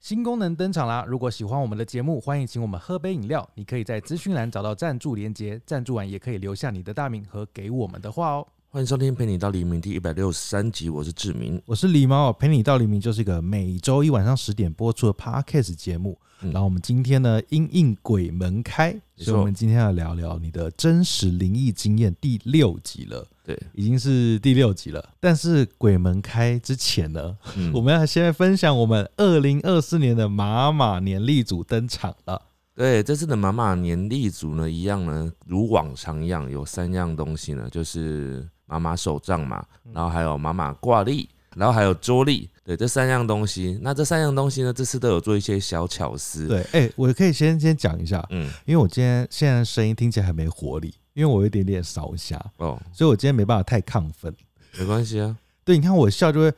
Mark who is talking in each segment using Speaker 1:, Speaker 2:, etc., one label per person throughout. Speaker 1: 新功能登场啦！如果喜欢我们的节目，欢迎请我们喝杯饮料。你可以在资讯栏找到赞助连接，赞助完也可以留下你的大名和给我们的话哦。
Speaker 2: 欢迎收听《陪你到黎明》第一百六十三集，我是志明。
Speaker 1: 我是狸猫，陪你到黎明就是一个每周一晚上十点播出的 podcast 节目。
Speaker 2: 嗯
Speaker 1: 然后我们今天呢，因应鬼门开，
Speaker 2: 没错
Speaker 1: 所以我们今天要聊聊你的真实灵异经验第六集了，
Speaker 2: 对，
Speaker 1: 已经是第六集了。但是鬼门开之前呢，
Speaker 2: 嗯
Speaker 1: 我们要先来分享我们二零二四年的马马年历组登场了。
Speaker 2: 对这次的妈妈年历组呢，一样呢，如往常一样，有三样东西呢，就是妈妈手杖嘛，
Speaker 1: 嗯
Speaker 2: 然后还有妈妈挂历，然后还有桌历，对，这三样东西。那这三样东西呢，这次都有做一些小巧思。，
Speaker 1: 对，哎、我可以先先讲一下，
Speaker 2: 嗯，
Speaker 1: 因为我今天现在声音听起来还没活力，因为我有一点点烧瞎，
Speaker 2: 哦，
Speaker 1: 所以我今天没办法太亢奋。
Speaker 2: 没关系啊，
Speaker 1: 对，你看我笑就会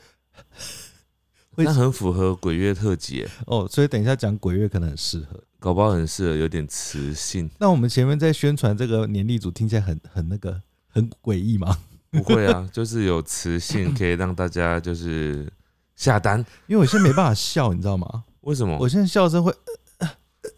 Speaker 1: 会
Speaker 2: 那很符合鬼月特辑耶，
Speaker 1: 哦，所以等一下讲鬼月可能很适合。
Speaker 2: 搞不好很适合有点 磁性。
Speaker 1: 那我们前面在宣传这个年历组，听起来很很那个很诡异嘛，
Speaker 2: 不会啊，就是有磁性，可以让大家就是下单。
Speaker 1: 因为我现在没办法笑，你知道吗？
Speaker 2: 为什么？
Speaker 1: 我现在笑声会，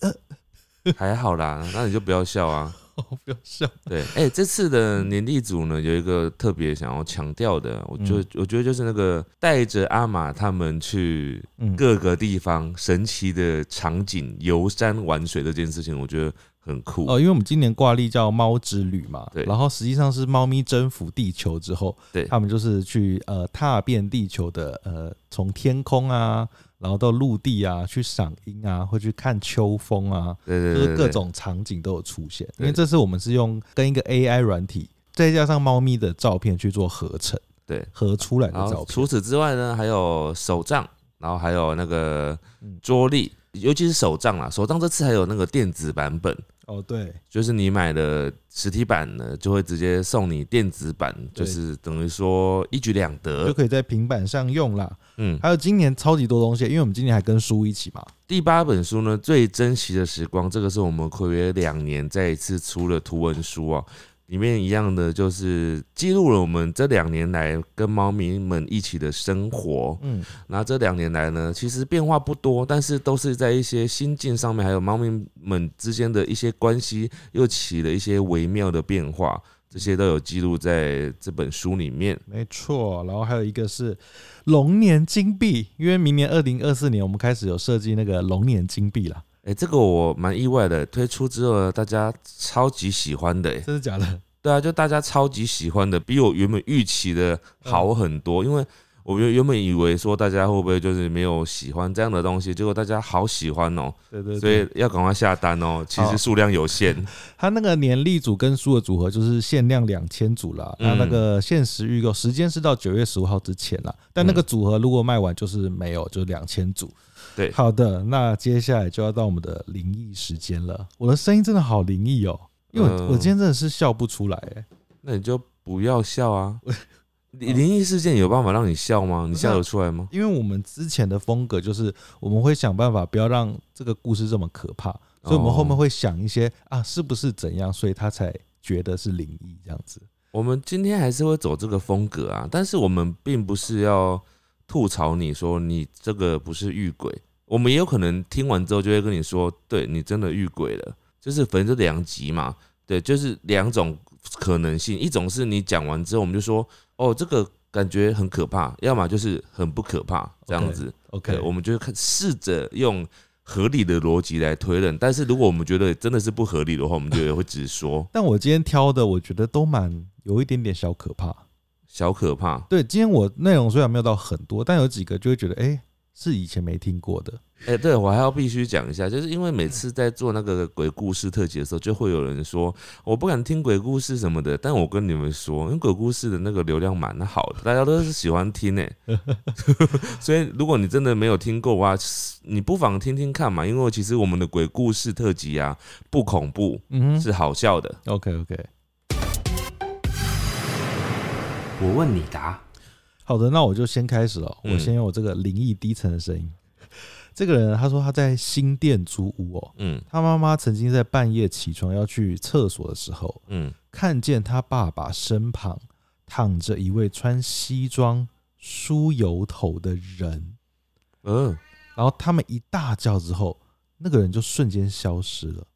Speaker 2: 还好啦，那你就不要笑啊。
Speaker 1: 哦，不要笑，
Speaker 2: 对，哎、这次的年历组呢，有一个特别想要强调的，我就、
Speaker 1: 嗯
Speaker 2: 我觉得就是那个带着阿玛他们去
Speaker 1: 嗯，
Speaker 2: 各个地方神奇的场景游山玩水这件事情，我觉得很酷。
Speaker 1: 哦，因为我们今年挂历叫猫之旅嘛，
Speaker 2: 对
Speaker 1: 然后实际上是猫咪征服地球之后，
Speaker 2: 对
Speaker 1: 他们就是去呃踏遍地球的呃，从天空啊，然后到陆地啊，去赏樱啊，会去看秋风啊，
Speaker 2: 对对
Speaker 1: 就
Speaker 2: 对
Speaker 1: 是各
Speaker 2: 对
Speaker 1: 种场景都有出现。因
Speaker 2: 对
Speaker 1: 为这次我们是用跟一个 AI 软体，再加上猫咪的照片去做合成，
Speaker 2: 对。
Speaker 1: 合出来的
Speaker 2: 然
Speaker 1: 照
Speaker 2: 后
Speaker 1: 片。
Speaker 2: 除此之外呢，还有手杖，然后还有那个
Speaker 1: 嗯
Speaker 2: 桌历，尤其是手杖啦，手杖这次还有那个电子版本。
Speaker 1: 哦，对，
Speaker 2: 就是你买的实体版呢，就会直接送你电子版，
Speaker 1: 对
Speaker 2: 就是等于说一举两
Speaker 1: 就
Speaker 2: 得。
Speaker 1: 可以在平板上用啦。
Speaker 2: 呃嗯，
Speaker 1: 还有今年超级多东西，因为我们今年还跟书一起嘛，
Speaker 2: 第八本书呢，《最珍惜的时光》，这个是我们暌约两年再一次出的图文书啊。里面一样的就是记录了我们这两年来跟猫咪们一起的生活。
Speaker 1: 嗯，
Speaker 2: 然后这两年来呢，其实变化不多，但是都是在一些心境上面，还有猫咪们之间的一些关系，又起了一些微妙的变化。这些都有记录在这本书里面。
Speaker 1: 没错，然后还有一个是龙年金币，因为明年二零二四年我们开始有设计那个龙年金币啦，
Speaker 2: 哎、这个我蛮意外的，推出之后呢大家超级喜欢的、诶
Speaker 1: 真的假的？
Speaker 2: 对啊，就大家超级喜欢的，比我原本预期的
Speaker 1: 嗯
Speaker 2: 好很多。因为我原原本以为说大家会不会就是没有喜欢这样的东西，结果大家好喜欢哦、
Speaker 1: 对对
Speaker 2: 所
Speaker 1: 对
Speaker 2: 以，要赶快下单哦、其
Speaker 1: 好
Speaker 2: 实数量有限，
Speaker 1: 它那个年历组跟书的组合就是限量两千组啦，那
Speaker 2: 嗯
Speaker 1: 那个限时预购时间是到九月十五号之前啦，但那
Speaker 2: 嗯
Speaker 1: 个组合如果卖完就是没有，就是两千组。
Speaker 2: 对
Speaker 1: 好的，那接下来就要到我们的灵异时间了，我的声音真的好灵异哦，因为我,、
Speaker 2: 嗯
Speaker 1: 我今天真的是笑不出来、欸，
Speaker 2: 那你就不要笑 啊。灵灵异事件有办法让你笑吗？你
Speaker 1: 不是啊
Speaker 2: 笑得出来吗？
Speaker 1: 因为我们之前的风格就是我们会想办法不要让这个故事这么可怕，所以我们后面会想一些、啊是不是怎样，所以他才觉得是灵异这样子。
Speaker 2: 我们今天还是会走这个风格啊，但是我们并不是要吐槽你说你这个不是遇鬼，我们也有可能听完之后就会跟你说，对你真的遇鬼了，就是反正这两集嘛，对，就是两种可能性，一种是你讲完之后我们就说，哦，这个感觉很可怕，要么就是很不可怕这样子
Speaker 1: OK，
Speaker 2: 对，我们就看试着用合理的逻辑来推论，但是如果我们觉得真的是不合理的话，我们就也会直 说
Speaker 1: 但我今天挑的，我觉得都蛮有一点点小可怕。
Speaker 2: 小可怕，
Speaker 1: 对，今天我内容虽然没有到很多，但有几个就会觉得，哎、是以前没听过的。
Speaker 2: 哎、对我还要必须讲一下，就是因为每次在做那个鬼故事特辑的时候，就会有人说我不敢听鬼故事什么的，但我跟你们说，因为鬼故事的那个流量蛮好的，大家都是喜欢听诶、 所以如果你真的没有听过啊，你不妨听听看嘛，因为其实我们的鬼故事特辑啊，不恐怖，
Speaker 1: 嗯
Speaker 2: 是好笑的。
Speaker 1: ，OK OK，
Speaker 3: 我问你答。
Speaker 1: 好的，那我就先开始了。
Speaker 2: 嗯
Speaker 1: 我先用我这个灵异低沉的声音。这个人他说他在新店租屋哦，
Speaker 2: 嗯
Speaker 1: 他妈妈曾经在半夜起床要去厕所的时候，
Speaker 2: 嗯，
Speaker 1: 看见他爸爸身旁躺着一位穿西装梳油头的人。
Speaker 2: 嗯、
Speaker 1: 然后他们一大叫之后，那个人就瞬间消失了。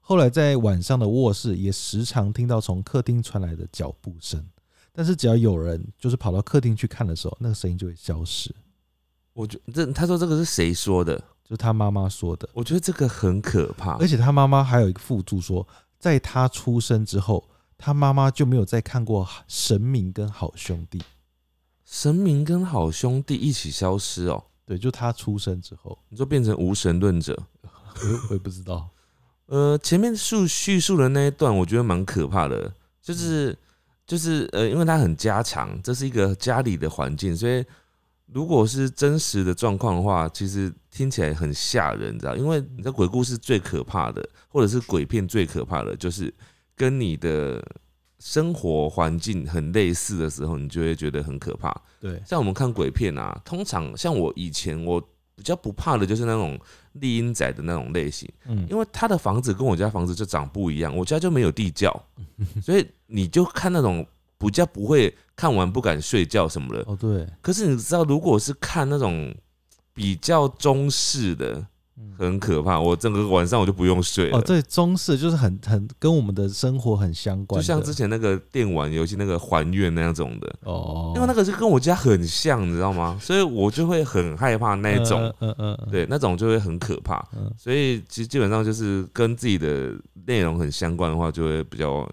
Speaker 1: 后来在晚上的卧室也时常听到从客厅传来的脚步声，但是只要有人就是跑到客厅去看的时候，那个声音就会消失。
Speaker 2: 我觉这他说这个是谁说的？
Speaker 1: 就是他妈妈说的，
Speaker 2: 我觉得这个很可怕
Speaker 1: 而。且他妈妈还有一个附注说，在他出生之后，他妈妈就没有再看过神明跟好兄弟。
Speaker 2: 神明跟好兄弟一起消失哦，
Speaker 1: 对，就他出生之后，
Speaker 2: 你说变成无神论者。
Speaker 1: 我也我也不知道。
Speaker 2: 呃，前面述叙述的那一段，我觉得蛮可怕的，就是就是呃，因为它很家常，这是一个家里的环境，所以如果是真实的状况的话，其实听起来很吓人，你知道？因为你知道鬼故事最可怕的，或者是鬼片最可怕的，就是跟你的生活环境很类似的时候，你就会觉得很可怕。
Speaker 1: 对，
Speaker 2: 像我们看鬼片啊，通常像我以前我比较不怕的就是那种丽英仔的那种类型。
Speaker 1: 嗯，
Speaker 2: 因为他的房子跟我家房子就长不一样，我家就没有地窖， 所以你就看那种比较不会看完不敢睡觉什么的。
Speaker 1: 哦对，
Speaker 2: 可是你知道，如果是看那种比较中式的，很可怕，我整个晚上我就不用睡了。
Speaker 1: 嗯哦对，中式就是很很跟我们的生活很相关
Speaker 2: 就
Speaker 1: 的，
Speaker 2: 像之前那个电玩游戏那个还愿那种的，
Speaker 1: 哦，
Speaker 2: 因为那个是跟我家很像，你知道吗？所以我就会很害怕那一种。
Speaker 1: 嗯，嗯嗯嗯，
Speaker 2: 对，那种就会很可怕。
Speaker 1: 嗯
Speaker 2: 所以其实基本上就是跟自己的内容很相关的话，就会比较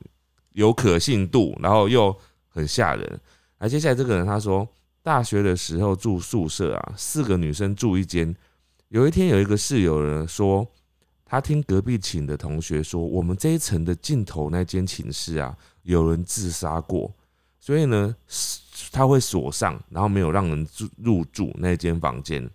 Speaker 2: 有可信度，然后又很吓人。而接下来这个人他说，大学的时候住宿舍啊，四个女生住一间。有一天有一个室友呢说，他听隔壁寝的同学说，我们这一层的尽头那间寝室啊，有人自杀过，所以呢，他会锁上，然后没有让人住入住那间房间。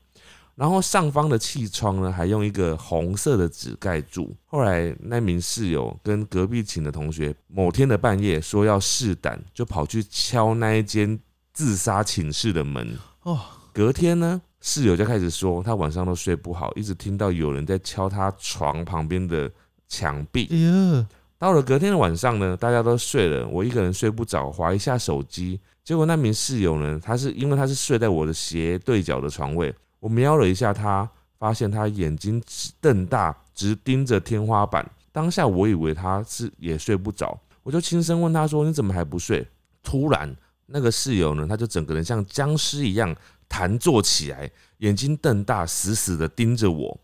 Speaker 2: 然后上方的气窗呢，还用一个红色的纸盖住。后来那名室友跟隔壁寝的同学，某天的半夜说要试胆，就跑去敲那一间自杀寝室的门。
Speaker 1: 哦，
Speaker 2: 隔天呢，室友就开始说他晚上都睡不好，一直听到有人在敲他床旁边的墙壁。
Speaker 1: 哎呀，
Speaker 2: 到了隔天的晚上呢，大家都睡了，我一个人睡不着，划一下手机。结果那名室友呢，他是因为他是睡在我的斜对角的床位，我瞄了一下他，发现他眼睛直瞪大，直盯着天花板。当下我以为他是也睡不着，我就轻声问他说：“你怎么还不睡？”突然，那个室友呢，他就整个人像僵尸一样弹坐起来，眼睛瞪大，死死的盯着我，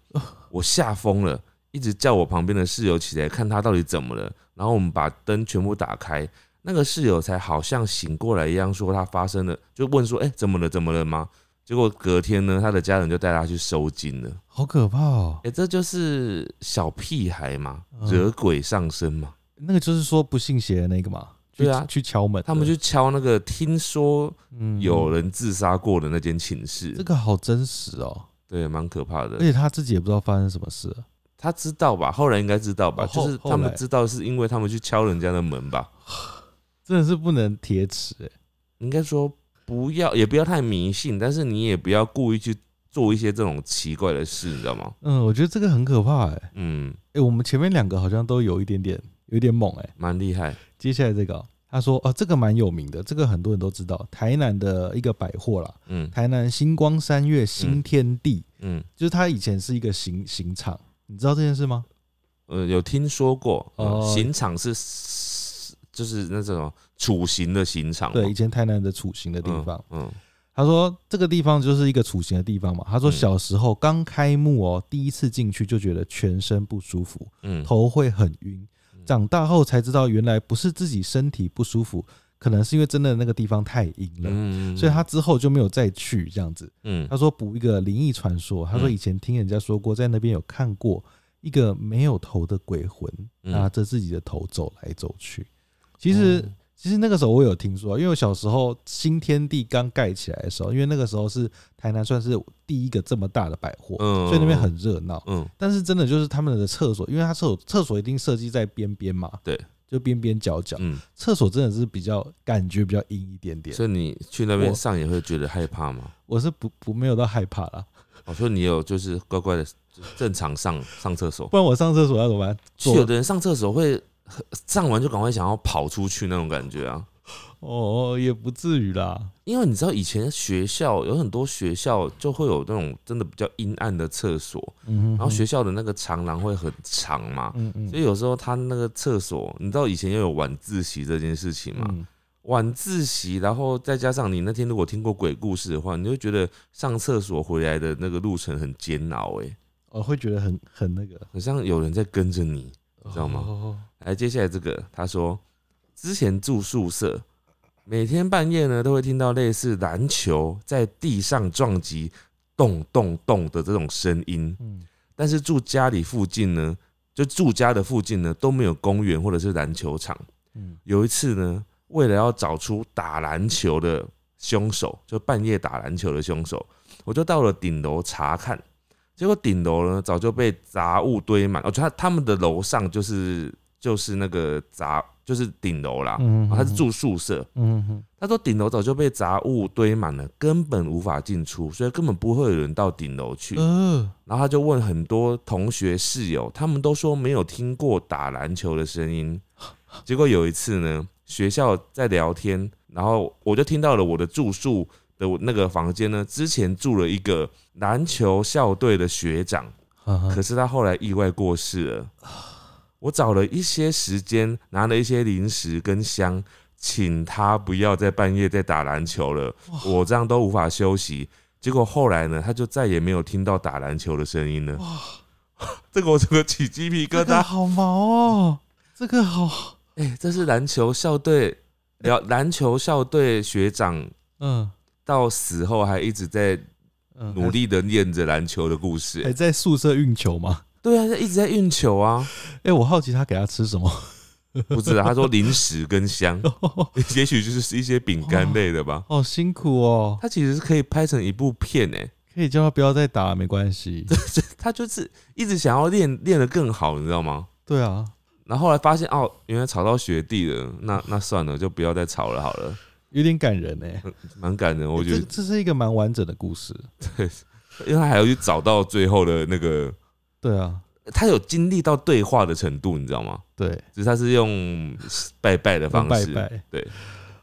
Speaker 2: 我吓疯了。一直叫我旁边的室友起来看他到底怎么了，然后我们把灯全部打开，那个室友才好像醒过来一样，说他发生了，就问说：“哎、怎么了？怎么了吗？”结果隔天呢，他的家人就带他去收金了。
Speaker 1: 好可怕哦
Speaker 2: 哎、。这就是小屁孩嘛，
Speaker 1: 嗯
Speaker 2: 惹鬼上身嘛。
Speaker 1: 那个就是说不信邪的那个嘛，去
Speaker 2: 对啊
Speaker 1: 去敲门的，
Speaker 2: 他们去敲那个听说
Speaker 1: 嗯
Speaker 2: 有人自杀过的那间寝室，
Speaker 1: 这个好真实哦，
Speaker 2: 对，蛮可怕
Speaker 1: 而
Speaker 2: 的。
Speaker 1: 且他自己也不知道发生什么事了，
Speaker 2: 他知道吧？后来应该知道吧？
Speaker 1: 哦后
Speaker 2: 就是他
Speaker 1: 后
Speaker 2: 们
Speaker 1: 来
Speaker 2: 知道是因为他们去敲人家的门吧？
Speaker 1: 真的是不能铁齿哎。
Speaker 2: 应该说不要，也不要太迷信，但是你也不要故意去做一些这种奇怪的事，你知道吗？
Speaker 1: 嗯，我觉得这个很可怕哎、哎、
Speaker 2: 嗯，
Speaker 1: 我们前面两个好像都有一点点，有一点猛哎、
Speaker 2: 蛮厉害。
Speaker 1: 接下来这个哦、他说哦，这个蛮有名的，这个很多人都知道，台南的一个百货啦，
Speaker 2: 嗯
Speaker 1: 台南星光三月新天地，
Speaker 2: 嗯，
Speaker 1: 就是它以前是一个刑刑场，你知道这件事吗？
Speaker 2: 呃，有听说过，呃
Speaker 1: 哦
Speaker 2: 刑场是就是那种处刑的刑场嘛，
Speaker 1: 对，以前台南的处刑的
Speaker 2: 的
Speaker 1: 地方。，
Speaker 2: 哦嗯
Speaker 1: 他说这个地方就是一个处刑的地方嘛。他说
Speaker 2: 嗯
Speaker 1: 小时候刚开幕哦，第一次进去就觉得全身不舒服，
Speaker 2: 嗯，
Speaker 1: 头会很晕。
Speaker 2: 嗯
Speaker 1: 长大后才知道，原来不是自己身体不舒服，可能是因为真的那个地方太阴了。
Speaker 2: 嗯
Speaker 1: 所以他之后就没有再去这样子。
Speaker 2: 嗯
Speaker 1: 他说补一个灵异传说，他说
Speaker 2: 嗯
Speaker 1: 以前听人家说过，在那边有看过一个没有头的鬼魂，
Speaker 2: 嗯
Speaker 1: 拿着自己的头走来走去。其实
Speaker 2: 嗯
Speaker 1: 其实那个时候我有听说，因为我小时候新天地刚盖起来的时候，因为那个时候是台南算是第一个这么大的百货，
Speaker 2: 嗯
Speaker 1: 所以那边很热闹。
Speaker 2: 嗯
Speaker 1: 但是真的就是他们的厕所，因为它厕所厕所一定设计在边边嘛，
Speaker 2: 对，
Speaker 1: 就边边角角，
Speaker 2: 嗯，
Speaker 1: 厕所真的是比较感觉比较阴一点点。
Speaker 2: 所以你去那边
Speaker 1: 我
Speaker 2: 上也会觉得害怕吗？
Speaker 1: 我是不不没有到害怕啦，
Speaker 2: 我说你有就是乖乖的正常上上厕所，
Speaker 1: 不然我上厕所要怎么办？
Speaker 2: 就有
Speaker 1: 左
Speaker 2: 的人上厕所会上完就赶快想要跑出去那种感觉啊。
Speaker 1: 哦，也不至于啦。
Speaker 2: 因为你知道以前学校有很多学校就会有那种真的比较阴暗的厕所，
Speaker 1: 嗯哼
Speaker 2: 然后学校的那个长廊会很长嘛，
Speaker 1: 嗯嗯
Speaker 2: 所以有时候他那个厕所，你知道以前又有晚自习这件事情嘛，
Speaker 1: 嗯
Speaker 2: 晚自习，然后再加上你那天如果听过鬼故事的话，你会觉得上厕所回来的那个路程很煎熬、欸，
Speaker 1: 我哦会觉得很很那个，
Speaker 2: 好像有人在跟着你。知道吗
Speaker 1: 吗？
Speaker 2: 来，接下来这个，他说之前住宿舍，每天半夜呢都会听到类似篮球在地上撞击咚咚咚的这种声音，
Speaker 1: 嗯，
Speaker 2: 但是住家里附近呢，就住家的附近呢都没有公园或者是篮球场。
Speaker 1: 嗯
Speaker 2: 有一次呢，为了要找出打篮球的凶手，就半夜打篮球的凶手，我就到了顶楼查看。结果顶楼呢早就被杂物堆满，哦，就他他们的楼上就是就是那个杂就是顶楼啦，
Speaker 1: 嗯
Speaker 2: 哦他是，住宿舍。
Speaker 1: 嗯哼
Speaker 2: 他说顶楼早就被杂物堆满了，根本无法进出，所以根本不会有人到顶楼去。
Speaker 1: 呃，
Speaker 2: 然后他就问很多同学室友，他们都说没有听过打篮球的声音。结果有一次呢，学校在聊天，然后我就听到了我的住宿的那个房间呢，之前住了一个篮球校队的学长，
Speaker 1: 哈哈
Speaker 2: 可是他后来意外过世了。我找了一些时间，拿了一些零食跟香，请他不要在半夜再打篮球了，我这样都无法休息。结果后来呢，他就再也没有听到打篮球的声音了。
Speaker 1: 哇，
Speaker 2: 这个我整个起鸡皮
Speaker 1: 这
Speaker 2: 疙
Speaker 1: 个
Speaker 2: 瘩。
Speaker 1: 好毛哦，这个好，
Speaker 2: 哎、这是篮球校队，聊篮球校队学长
Speaker 1: 嗯
Speaker 2: 到死后还一直在
Speaker 1: 嗯，
Speaker 2: 努力的练着篮球的故事、
Speaker 1: 还还在宿舍运球吗？
Speaker 2: 对啊，他一直在运球啊。
Speaker 1: 哎，我好奇他给他吃什么，
Speaker 2: 不知道他说零食跟香， 也许就是一些饼干类的吧。
Speaker 1: 好辛苦哦，
Speaker 2: 他其实是可以拍成一部片诶、
Speaker 1: 可以叫他不要再打了，没关 系。
Speaker 2: 他就是一直想要练练得更好，你知道吗？
Speaker 1: 对啊，
Speaker 2: 然后后来发现哦，原来吵到学弟了，那那算了，就不要再吵了好了，
Speaker 1: 有点感人哎，
Speaker 2: 蛮感人，我觉
Speaker 1: 这
Speaker 2: 得，
Speaker 1: 这是一个蛮完整的故事。
Speaker 2: 因为他还要去找到最后的那个，
Speaker 1: 对啊，
Speaker 2: 他有经历到对话的程度，你知道吗？
Speaker 1: 对，
Speaker 2: 只是他是用拜拜的方
Speaker 1: 拜
Speaker 2: 式，
Speaker 1: 拜。
Speaker 2: 对，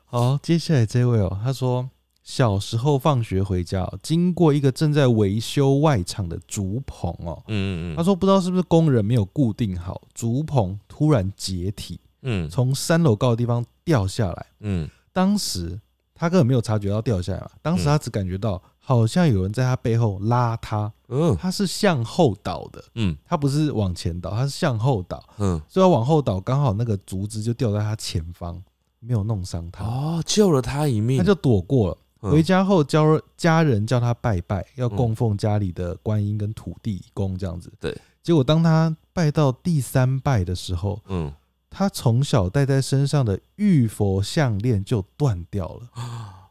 Speaker 1: 好，接下来这位哦，他说小时候放学回家哦、经过一个正在维修外场的竹棚哦，
Speaker 2: 嗯嗯
Speaker 1: 他
Speaker 2: 嗯，
Speaker 1: 说不知道是不是工人没有固定好，竹棚突然解体，
Speaker 2: 嗯
Speaker 1: 从三楼高的地方掉下来。
Speaker 2: 嗯
Speaker 1: 当时他根本没有察觉到掉下来嘛，当时他只感觉到好像有人在他背后拉他，
Speaker 2: 嗯
Speaker 1: 他是向后倒的，
Speaker 2: 嗯
Speaker 1: 他不是往前倒，他是向后倒，
Speaker 2: 嗯，
Speaker 1: 所以他往后倒，刚好那个竹枝就掉在他前方，没有弄伤他。
Speaker 2: 哦，救了他一命，
Speaker 1: 他就躲过了。
Speaker 2: 嗯
Speaker 1: 回家后教家人叫他拜拜，要
Speaker 2: 嗯
Speaker 1: 供奉家里的观音跟土地公这样子。
Speaker 2: 对，
Speaker 1: 结果当他拜到第三拜的时候，
Speaker 2: 嗯，
Speaker 1: 他从小戴在身上的玉佛项链就断掉了，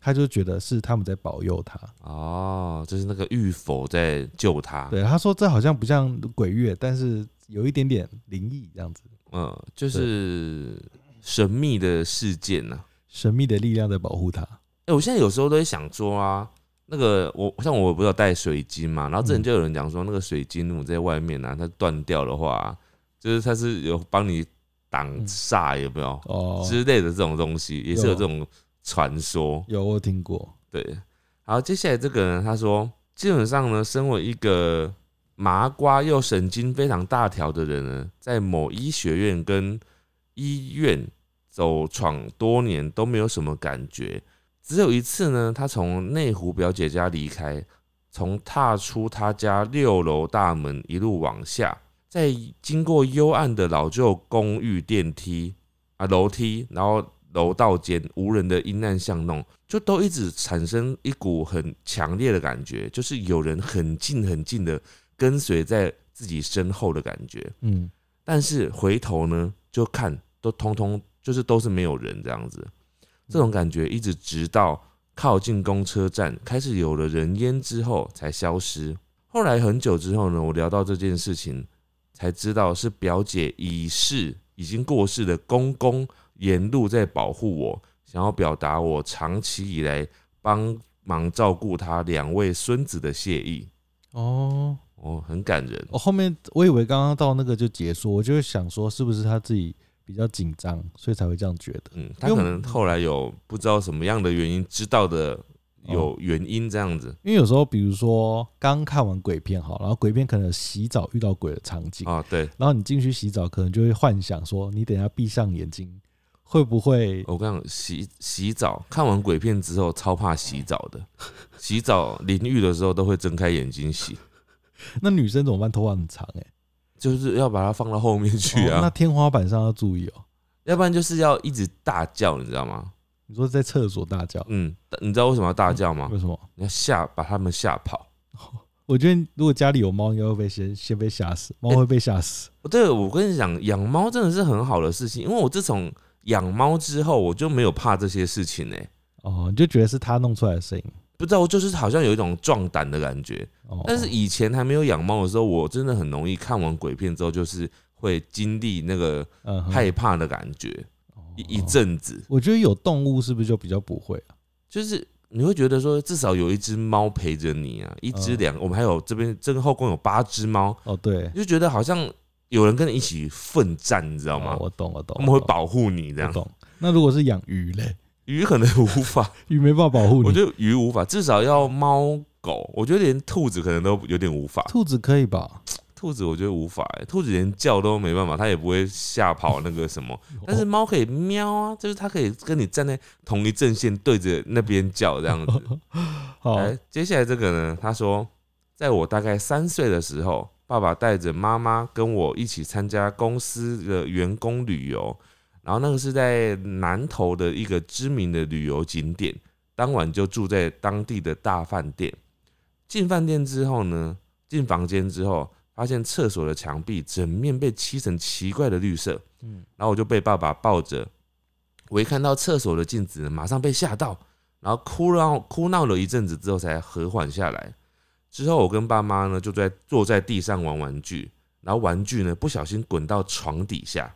Speaker 1: 他就觉得是他们在保佑他。
Speaker 2: 哦，就是那个玉佛在救他，
Speaker 1: 对，他说这好像不像鬼月，但是有一点点灵异这样子，
Speaker 2: 嗯，就是神秘的事件呐、啊。
Speaker 1: 神秘的力量在保护他。
Speaker 2: 哎、我现在有时候都会想说啊，那个我像我不是有带水晶嘛，然后之前就有人讲说，那个水晶我在外面啊，它断掉的话、就是它是有帮你挡煞，有没有、
Speaker 1: 哦，
Speaker 2: 之类的这种东西，也是有这种传说。
Speaker 1: 有我有听过，
Speaker 2: 对，好，接下来这个人他说，基本上呢，身为一个麻瓜又神经非常大条的人呢，在某医学院跟医院走闯多年都没有什么感觉，只有一次呢，他从内湖表姐家离开，从踏出他家六楼大门一路往下，在经过幽暗的老旧公寓电梯啊楼梯，然后楼道间无人的阴暗巷弄，就都一直产生一股很强烈的感觉，就是有人很近很近的跟随在自己身后的感觉。
Speaker 1: 嗯，
Speaker 2: 但是回头呢，就看都通通就是都是没有人这样子，这种感觉一直直到靠近公车站开始有了人烟之后才消失。后来很久之后呢，我聊到这件事情，才知道是表姐已逝、已经过世的公公沿路在保护我，想要表达我长期以来帮忙照顾他两位孙子的谢意。
Speaker 1: 哦，
Speaker 2: 哦，很感人。
Speaker 1: 我后面我以为刚刚到那个就结束，我就会想说是不是他自己比较紧张，所以才会这样觉得。
Speaker 2: 嗯，他可能后来有不知道什么样的原因知道的
Speaker 1: 哦
Speaker 2: 有原因这样子
Speaker 1: 因为有时候，比如说刚看完鬼片好，然后鬼片可能有洗澡遇到鬼的场景，
Speaker 2: 啊，对
Speaker 1: 然后你进去洗澡，可能就会幻想说，你等一下闭上眼睛会不会
Speaker 2: 我跟你讲，洗洗澡看完鬼片之后超怕洗澡的， 洗澡淋浴的时候都会睁开眼睛洗，
Speaker 1: 那女生怎么办？头发很长哎、
Speaker 2: 就是要把它放到后面去
Speaker 1: 哦那
Speaker 2: 啊，
Speaker 1: 天花板上要注意哦。
Speaker 2: 要不然就是要一直大叫，你知道吗？
Speaker 1: 你说在厕所大叫，
Speaker 2: 嗯，你知道为什么要大叫吗
Speaker 1: 为？什么？
Speaker 2: 你要吓把他们吓跑。
Speaker 1: 我觉得如果家里有猫，应该会被先先被吓死，猫
Speaker 2: 欸
Speaker 1: 会被吓死。
Speaker 2: 对，我跟你讲，养猫真的是很好的事情，因为我自从养猫之后，我就没有怕这些事情欸呢、
Speaker 1: 哦，你就觉得是它弄出来的声音。
Speaker 2: 不知道，就是好像有一种壮胆的感觉。
Speaker 1: 哦，
Speaker 2: 但是以前还没有养猫的时候，我真的很容易看完鬼片之后，就是会经历那个
Speaker 1: 嗯哼
Speaker 2: 害怕的感觉
Speaker 1: 哦
Speaker 2: 一一阵子，
Speaker 1: 我觉得有动物是不是就比较不会啊？
Speaker 2: 就是你会觉得说，至少有一只猫陪着你啊，一只
Speaker 1: 嗯
Speaker 2: 两，我们还有这边这个后宫有八只猫，
Speaker 1: 哦，对，
Speaker 2: 你就觉得好像有人跟你一起奋战，你知道
Speaker 1: 哦
Speaker 2: 吗？
Speaker 1: 我懂，我懂，
Speaker 2: 他们会
Speaker 1: 我懂
Speaker 2: 保护你这
Speaker 1: 我
Speaker 2: 样。
Speaker 1: 懂。那如果是养鱼嘞，
Speaker 2: 鱼可能无法，
Speaker 1: 鱼没办法 保护
Speaker 2: 我
Speaker 1: 你。
Speaker 2: 觉得鱼无法，至少要猫狗，我觉得连兔子可能都有点无法。
Speaker 1: 兔子可以吧？
Speaker 2: 兔子我觉得无法、欸，兔子连叫都没办法，它也不会吓跑那个什么。但是
Speaker 1: 哦
Speaker 2: 猫可以喵啊，就是它可以跟你站在同一阵线，对着那边叫这样子。
Speaker 1: 好，
Speaker 2: 来，哎接下来这个呢，他说，在我大概三岁的时候，爸爸带着妈妈跟我一起参加公司的员工旅游，然后那个是在南投的一个知名的旅游景点，当晚就住在当地的大饭店。进饭店之后呢，进房间之后，发现厕所的墙壁整面被漆成奇怪的绿色，
Speaker 1: 嗯
Speaker 2: 然后我就被爸爸抱着，我一看到厕所的镜子，马上被吓到，然后哭闹哭闹了一阵子之后才和缓下来。之后我跟爸妈呢就在坐在地上玩玩具，然后玩具呢不小心滚到床底下，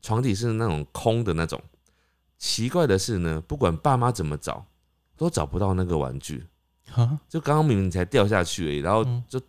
Speaker 2: 床底是那种空的那种。奇怪的是呢，不管爸妈怎么找，都找不到那个玩具。
Speaker 1: 啊，
Speaker 2: 就刚刚明明才掉下去而已，然后
Speaker 1: 嗯
Speaker 2: 就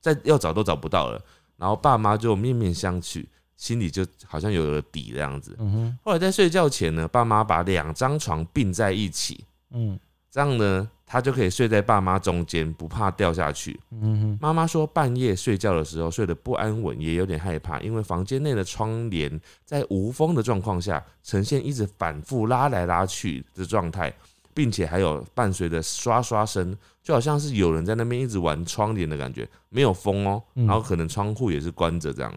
Speaker 2: 再要找都找不到了，然后爸妈就面面相觑，心里就好像有了底的样子。
Speaker 1: 嗯哼，
Speaker 2: 后来在睡觉前呢，爸妈把两张床并在一起，
Speaker 1: 嗯
Speaker 2: 这样呢，他就可以睡在爸妈中间，不怕掉下去。
Speaker 1: 嗯哼，
Speaker 2: 妈妈说，半夜睡觉的时候睡得不安稳，也有点害怕，因为房间内的窗帘在无风的状况下，呈现一直反复拉来拉去的状态，并且还有伴随着刷刷声，就好像是有人在那边一直玩窗帘的感觉，没有风哦，
Speaker 1: 嗯
Speaker 2: 然后可能窗户也是关着这样。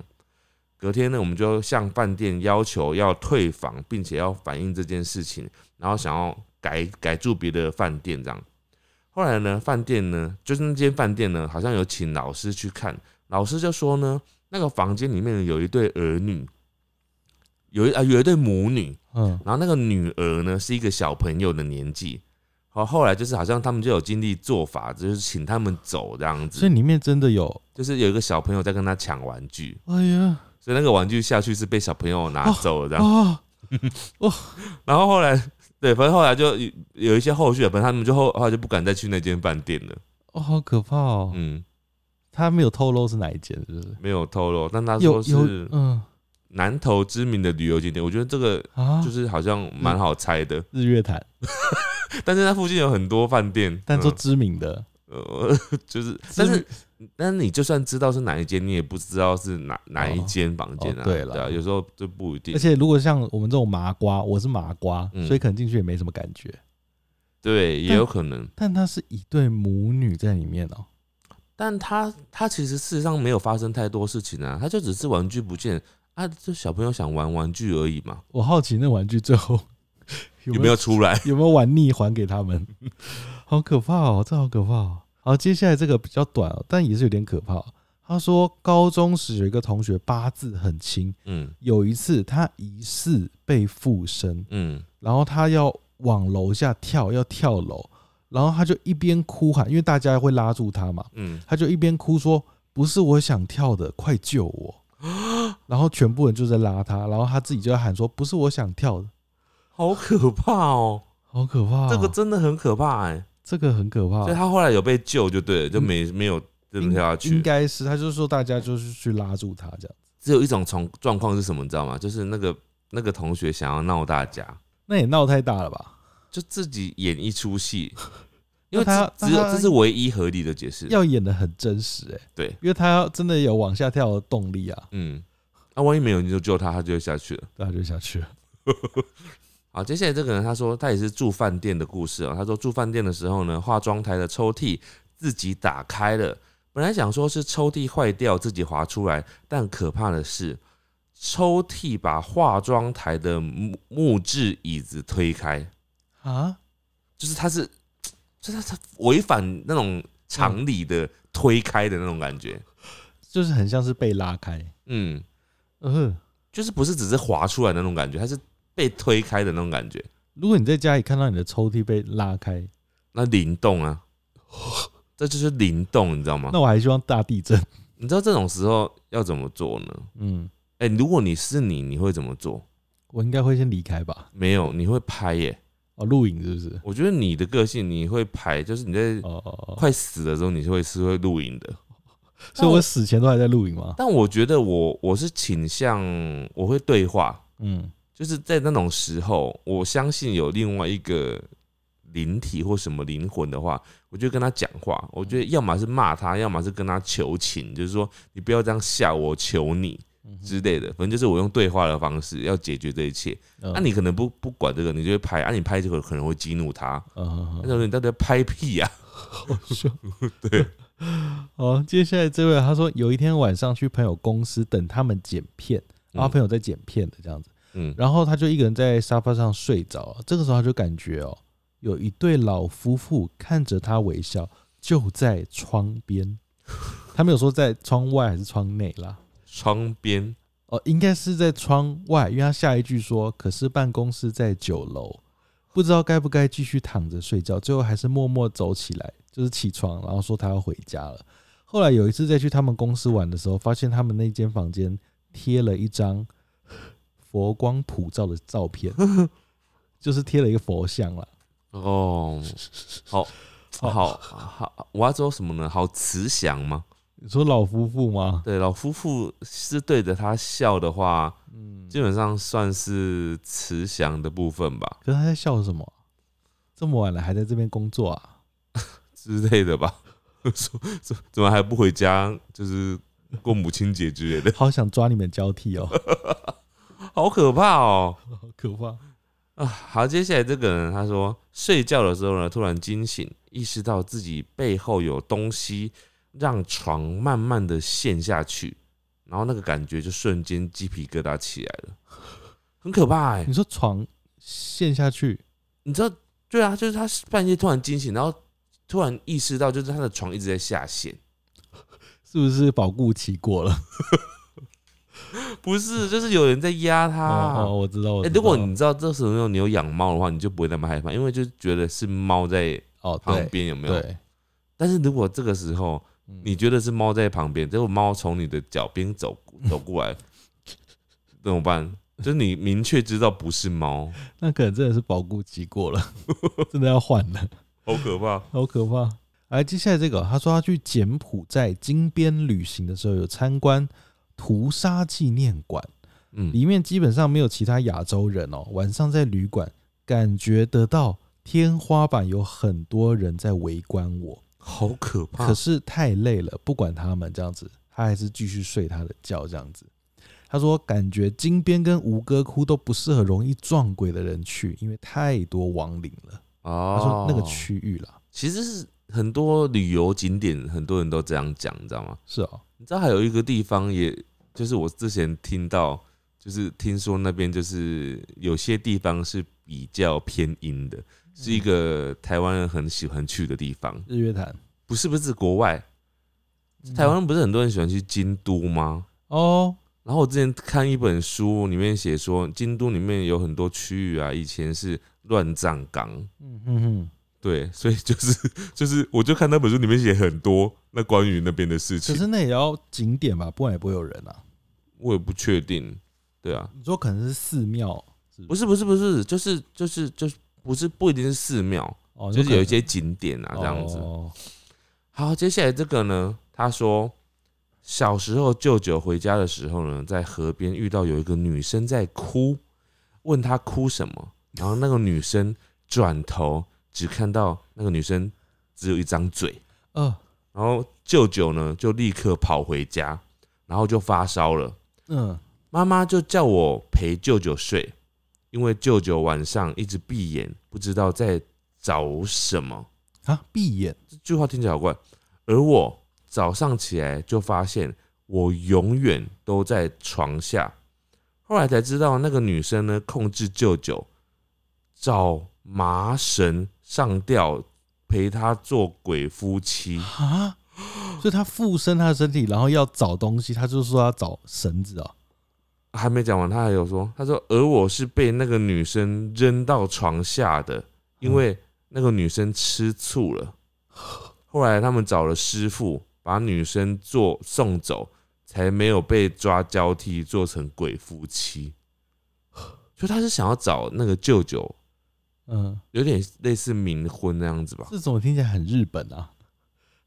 Speaker 2: 隔天呢，我们就向饭店要求要退房，并且要反映这件事情，然后想要改改住别的饭店这样。后来呢，饭店呢，就是那间饭店呢，好像有请老师去看，老师就说呢，那个房间里面有一对儿女，有一啊有一对母女，
Speaker 1: 嗯，
Speaker 2: 然后那个女儿呢是一个小朋友的年纪，好后来就是好像他们就有经历做法，就是请他们走这样
Speaker 1: 所以
Speaker 2: 子，
Speaker 1: 里面真的有，
Speaker 2: 就是有一个小朋友在跟他抢玩具，
Speaker 1: 哎呀
Speaker 2: 所以那个玩具下去是被小朋友拿走的这样，
Speaker 1: 啊，哦
Speaker 2: 然后后来对，反正后来就有有一些后续，反正他们就后后来就不敢再去那间饭店了，
Speaker 1: 哦，好可怕哦。
Speaker 2: 嗯，
Speaker 1: 他没有透露是哪一间，是不是？
Speaker 2: 没有透露，但他
Speaker 1: 有
Speaker 2: 说
Speaker 1: 有
Speaker 2: 是
Speaker 1: 嗯
Speaker 2: 南投知名的旅游景点，我觉得这个
Speaker 1: 啊，
Speaker 2: 就是好像蛮好猜的，
Speaker 1: 日月潭，
Speaker 2: 但是它附近有很多饭店，
Speaker 1: 但说
Speaker 2: 嗯
Speaker 1: 知名的，
Speaker 2: 呃， 就是，
Speaker 1: 知
Speaker 2: 但是
Speaker 1: 名
Speaker 2: 但是你就算知道是哪一间，你也不知道是哪哪一间房间啊、
Speaker 1: 哦对啦
Speaker 2: 啊，有时候就不一定
Speaker 1: 而。且如果像我们这种麻瓜，我是麻瓜，
Speaker 2: 嗯
Speaker 1: 所以可能进去也没什么感觉。
Speaker 2: 对，也有可能。
Speaker 1: 但它是一对母女在里面哦，
Speaker 2: 但他他其实事实上没有发生太多事情啊，他就只是玩具不见啊，就小朋友想玩玩具而已嘛，
Speaker 1: 我好奇那玩具最后 有
Speaker 2: 有
Speaker 1: 没
Speaker 2: 没
Speaker 1: 有
Speaker 2: 有出来？
Speaker 1: 有没有玩腻还给他们？ 好可怕哦，这好可怕哦。好，接下来这个比较短、哦，但也是有点可怕哦、他说，高中时有一个同学八字很轻，
Speaker 2: 嗯
Speaker 1: 有一次他疑似被附身，
Speaker 2: 嗯，
Speaker 1: 然后他要往楼下跳，要跳楼，然后他就一边哭喊，因为大家会拉住他嘛，
Speaker 2: 嗯，
Speaker 1: 他就一边哭说：“不是我想跳的，快救我！” 然后全部人就在拉他，然后他自己就在喊说：“不是我想跳的，
Speaker 2: 好可怕哦，
Speaker 1: 好可怕哦、
Speaker 2: 这个真的很可怕哎、
Speaker 1: 这个很可怕
Speaker 2: 所以，他后来有被救就对了，就没、没有真的跳下
Speaker 1: 嗯应
Speaker 2: 去。
Speaker 1: 该是他就说大家就是去拉住他这样。
Speaker 2: 只有一种从状况是什么，你知道吗？就是那个那个同学想要闹大家，
Speaker 1: 那也闹太大了吧？
Speaker 2: 就自己演一出戏，因为
Speaker 1: 那
Speaker 2: 这
Speaker 1: 他
Speaker 2: 只有
Speaker 1: 那他
Speaker 2: 这是唯一合理的解释。
Speaker 1: 要演的很真实哎、
Speaker 2: 对，
Speaker 1: 因为他要真的有往下跳的动力啊，
Speaker 2: 嗯，那、万一没有你就救他，他就会下去了。
Speaker 1: 对他就下去了。
Speaker 2: 好，接下来这个人他说他也是住饭店的故事哦。他说住饭店的时候呢，化妆台的抽屉自己打开了，本来想说是抽屉坏掉自己滑出来，但可怕的是抽屉把化妆台的木木质椅子推开，
Speaker 1: 啊，
Speaker 2: 就是他是，就是他违反那种常理的推开的那种感觉。
Speaker 1: 就是很像是被拉开，
Speaker 2: 嗯，
Speaker 1: 呃，
Speaker 2: 就是不是只是滑出来的那种感觉，他是被推开的那种感觉，
Speaker 1: 如果你在家里看到你的抽屉被拉开，
Speaker 2: 那灵动啊。 这就是灵动，你知道吗？
Speaker 1: 那我还希望大地震。
Speaker 2: 你知道这种时候要怎么做呢？
Speaker 1: 嗯，
Speaker 2: 哎、如果你是你，你会怎么做？
Speaker 1: 我应该会先离开吧？
Speaker 2: 没有，你会拍耶、
Speaker 1: 哦，录影是不是？
Speaker 2: 我觉得你的个性，你会拍，就是你在
Speaker 1: 哦哦哦，
Speaker 2: 快死的时候，你是会是会录影的。
Speaker 1: 所以我死前都还在录影吗？
Speaker 2: 但我觉得我我是倾向我会对话，
Speaker 1: 嗯，
Speaker 2: 就是在那种时候，我相信有另外一个灵体或什么灵魂的话，我就跟他讲话。我觉得
Speaker 1: 嗯
Speaker 2: 要么是骂他，要么是跟他求情，就是说你不要这样吓我，求你
Speaker 1: 嗯
Speaker 2: 之类的。反正就是我用对话的方式要解决这一切。啊
Speaker 1: 那
Speaker 2: 那、你可能不不管这个，你就会拍，啊，你拍这个可能会激怒他。
Speaker 1: 嗯，
Speaker 2: 那时候你到底在拍屁呀、
Speaker 1: 对。好，接下来这位他说，有一天晚上去朋友公司等他们剪片，然后他朋友在剪片的这样子，
Speaker 2: 嗯，
Speaker 1: 啊然后他就一个人在沙发上睡着了。这个时候他就感觉哦，有一对老夫妇看着他微笑，就在窗边。他没有说在窗外还是窗内啦，
Speaker 2: 窗边
Speaker 1: 哦，应该是在窗外，因为他下一句说：“可是办公室在九楼，不知道该不该继续躺着睡觉。”最后还是默默走起来，就是起床，然后说他要回家了。后来有一次再去他们公司玩的时候，发现他们那间房间贴了一张佛光普照的照片，就是贴了一个佛像啦。
Speaker 2: 哦， 好好好，我要说什么呢？好慈祥吗？
Speaker 1: 你说老夫妇吗？
Speaker 2: 对，老夫妇是对着他笑的话，
Speaker 1: 嗯，
Speaker 2: 基本上算是慈祥的部分吧
Speaker 1: 可是他在笑什么？这么晚了还在这边工作啊？
Speaker 2: 之类的吧。 说说怎么还不回家，就是过母亲节之类的，
Speaker 1: 好想抓你们交替哦，
Speaker 2: 好可怕哦。
Speaker 1: 好可怕。
Speaker 2: 啊，好，接下来这个人他说，睡觉的时候呢，突然惊醒，意识到自己背后有东西让床慢慢的陷下去，然后那个感觉就瞬间鸡皮疙瘩起来了， 很可怕哎、
Speaker 1: 你说床陷下去，
Speaker 2: 你知道？对啊，就是他半夜突然惊醒，然后突然意识到，就是他的床一直在下陷，
Speaker 1: 是不是保固期过了？
Speaker 2: 不是，就是有人在压他。
Speaker 1: 哦哦，我知道，我知
Speaker 2: 哎、
Speaker 1: 道。
Speaker 2: 如果你知道这时候你有养猫的话，你就不会那么害怕，因为就觉得是猫在
Speaker 1: 哦
Speaker 2: 旁
Speaker 1: 对
Speaker 2: 边，有没有？
Speaker 1: 对，嗯
Speaker 2: 但是如果这个时候你觉得是猫在旁边，结果猫从你的脚边走 走过来，怎么办？就是你明确知道不是猫，
Speaker 1: 嗯那可能真的是保固期过了， 真的要换了，
Speaker 2: 好可怕。
Speaker 1: 好可怕。来，接下来这个，他说他去柬埔寨金边旅行的时候，有参观屠杀纪念馆，
Speaker 2: 嗯，
Speaker 1: 里面基本上没有其他亚洲人哦。晚上在旅馆，感觉得到天花板有很多人在围观我，
Speaker 2: 好可怕。
Speaker 1: 可是太累了，不管他们这样子，他还是继续睡他的觉这样子。他说感觉金边跟吴哥窟都不适合容易撞鬼的人去，因为太多亡灵了。他
Speaker 2: 哦
Speaker 1: 说，那个区域啦，
Speaker 2: 其实是很多旅游景点，很多人都这样讲，你知道吗？
Speaker 1: 是哦，
Speaker 2: 你知道还有一个地方也，就是我之前听到，就是听说那边就是有些地方是比较偏阴的，是
Speaker 1: 嗯
Speaker 2: 一个台湾人很喜欢去的地方。
Speaker 1: 日月潭，
Speaker 2: 不是不是国外，
Speaker 1: 嗯
Speaker 2: 台湾不是很多人喜欢去京都吗？
Speaker 1: 哦，
Speaker 2: 然后我之前看一本书，里面写说京都里面有很多区域啊，以前是乱葬岗，
Speaker 1: 嗯嗯嗯，
Speaker 2: 对，所以就是就是，我就看那本书里面写很多那关于那边的事
Speaker 1: 可
Speaker 2: 情，
Speaker 1: 是那也要景点吧，不然也不会有人啊。
Speaker 2: 我也不确定，对啊，
Speaker 1: 你说可能是寺庙，
Speaker 2: 不是不是不是，就是就是就是不是不一定是寺庙，
Speaker 1: 哦，
Speaker 2: 就是有一
Speaker 1: 可能
Speaker 2: 些景点啊这样子。
Speaker 1: 哦
Speaker 2: 好，接下来这个呢，他说小时候舅舅回家的时候呢，在河边遇到有一个女生在哭，问他哭什么，然后那个女生转头只看到那个女生只有一张嘴，
Speaker 1: 呃，
Speaker 2: 然后舅舅呢就立刻跑回家，然后就发烧了。
Speaker 1: 嗯，
Speaker 2: 妈妈就叫我陪舅舅睡，因为舅舅晚上一直闭眼，不知道在找什么。
Speaker 1: 啊，闭眼，
Speaker 2: 这句话听起来好怪。而我早上起来就发现，我永远都在床下。后来才知道，那个女生呢控制舅舅，找麻绳上吊，陪他做鬼夫妻。
Speaker 1: 啊， 所以他附身他的身体，然后要找东西，他就说要找绳子哦，
Speaker 2: 还没讲完，他还有说，他说而我是被那个女生扔到床下的，因为那个女生吃醋了。后来他们找了师傅，把女生做送走，才没有被抓交替做成鬼夫妻。所以他是想要找那个舅舅，
Speaker 1: 嗯，
Speaker 2: 有点类似冥婚那样子吧？
Speaker 1: 这怎么听起来很日本啊？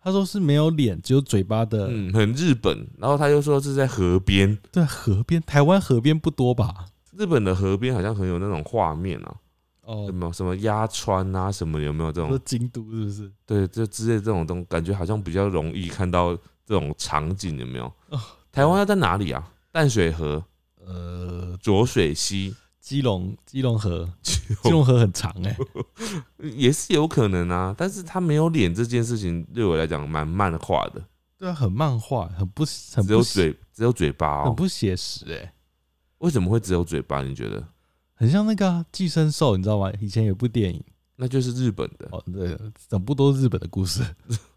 Speaker 1: 他说是没有脸，只有嘴巴的，
Speaker 2: 嗯，很日本。然后他又说是在河边，
Speaker 1: 对，啊河边，台湾河边不多吧？
Speaker 2: 日本的河边好像很有那种画面啊，
Speaker 1: 哦
Speaker 2: 什，么什么鸭川啊，什么有没有这种
Speaker 1: 说？京都是不是？
Speaker 2: 对，就之类这种东，感觉好像比较容易看到这种场景，有没有？
Speaker 1: 哦
Speaker 2: 台湾要在哪里啊？淡水河、
Speaker 1: 呃，哦
Speaker 2: 浊水溪
Speaker 1: 基隆，基隆河， 基隆河很长哎、
Speaker 2: 也是有可能啊，但是他没有脸这件事情对我来讲蛮漫画的，
Speaker 1: 对啊，很漫画，很不很
Speaker 2: 只有
Speaker 1: 不写，
Speaker 2: 嘴只有嘴巴
Speaker 1: 很
Speaker 2: 哦、
Speaker 1: 不写实哎、
Speaker 2: 为什么会只有嘴巴？你觉得？
Speaker 1: 很像那个啊、寄生兽，你知道吗？以前有部电影
Speaker 2: 那就是日本的
Speaker 1: 哦，对，整部都是日本的故事。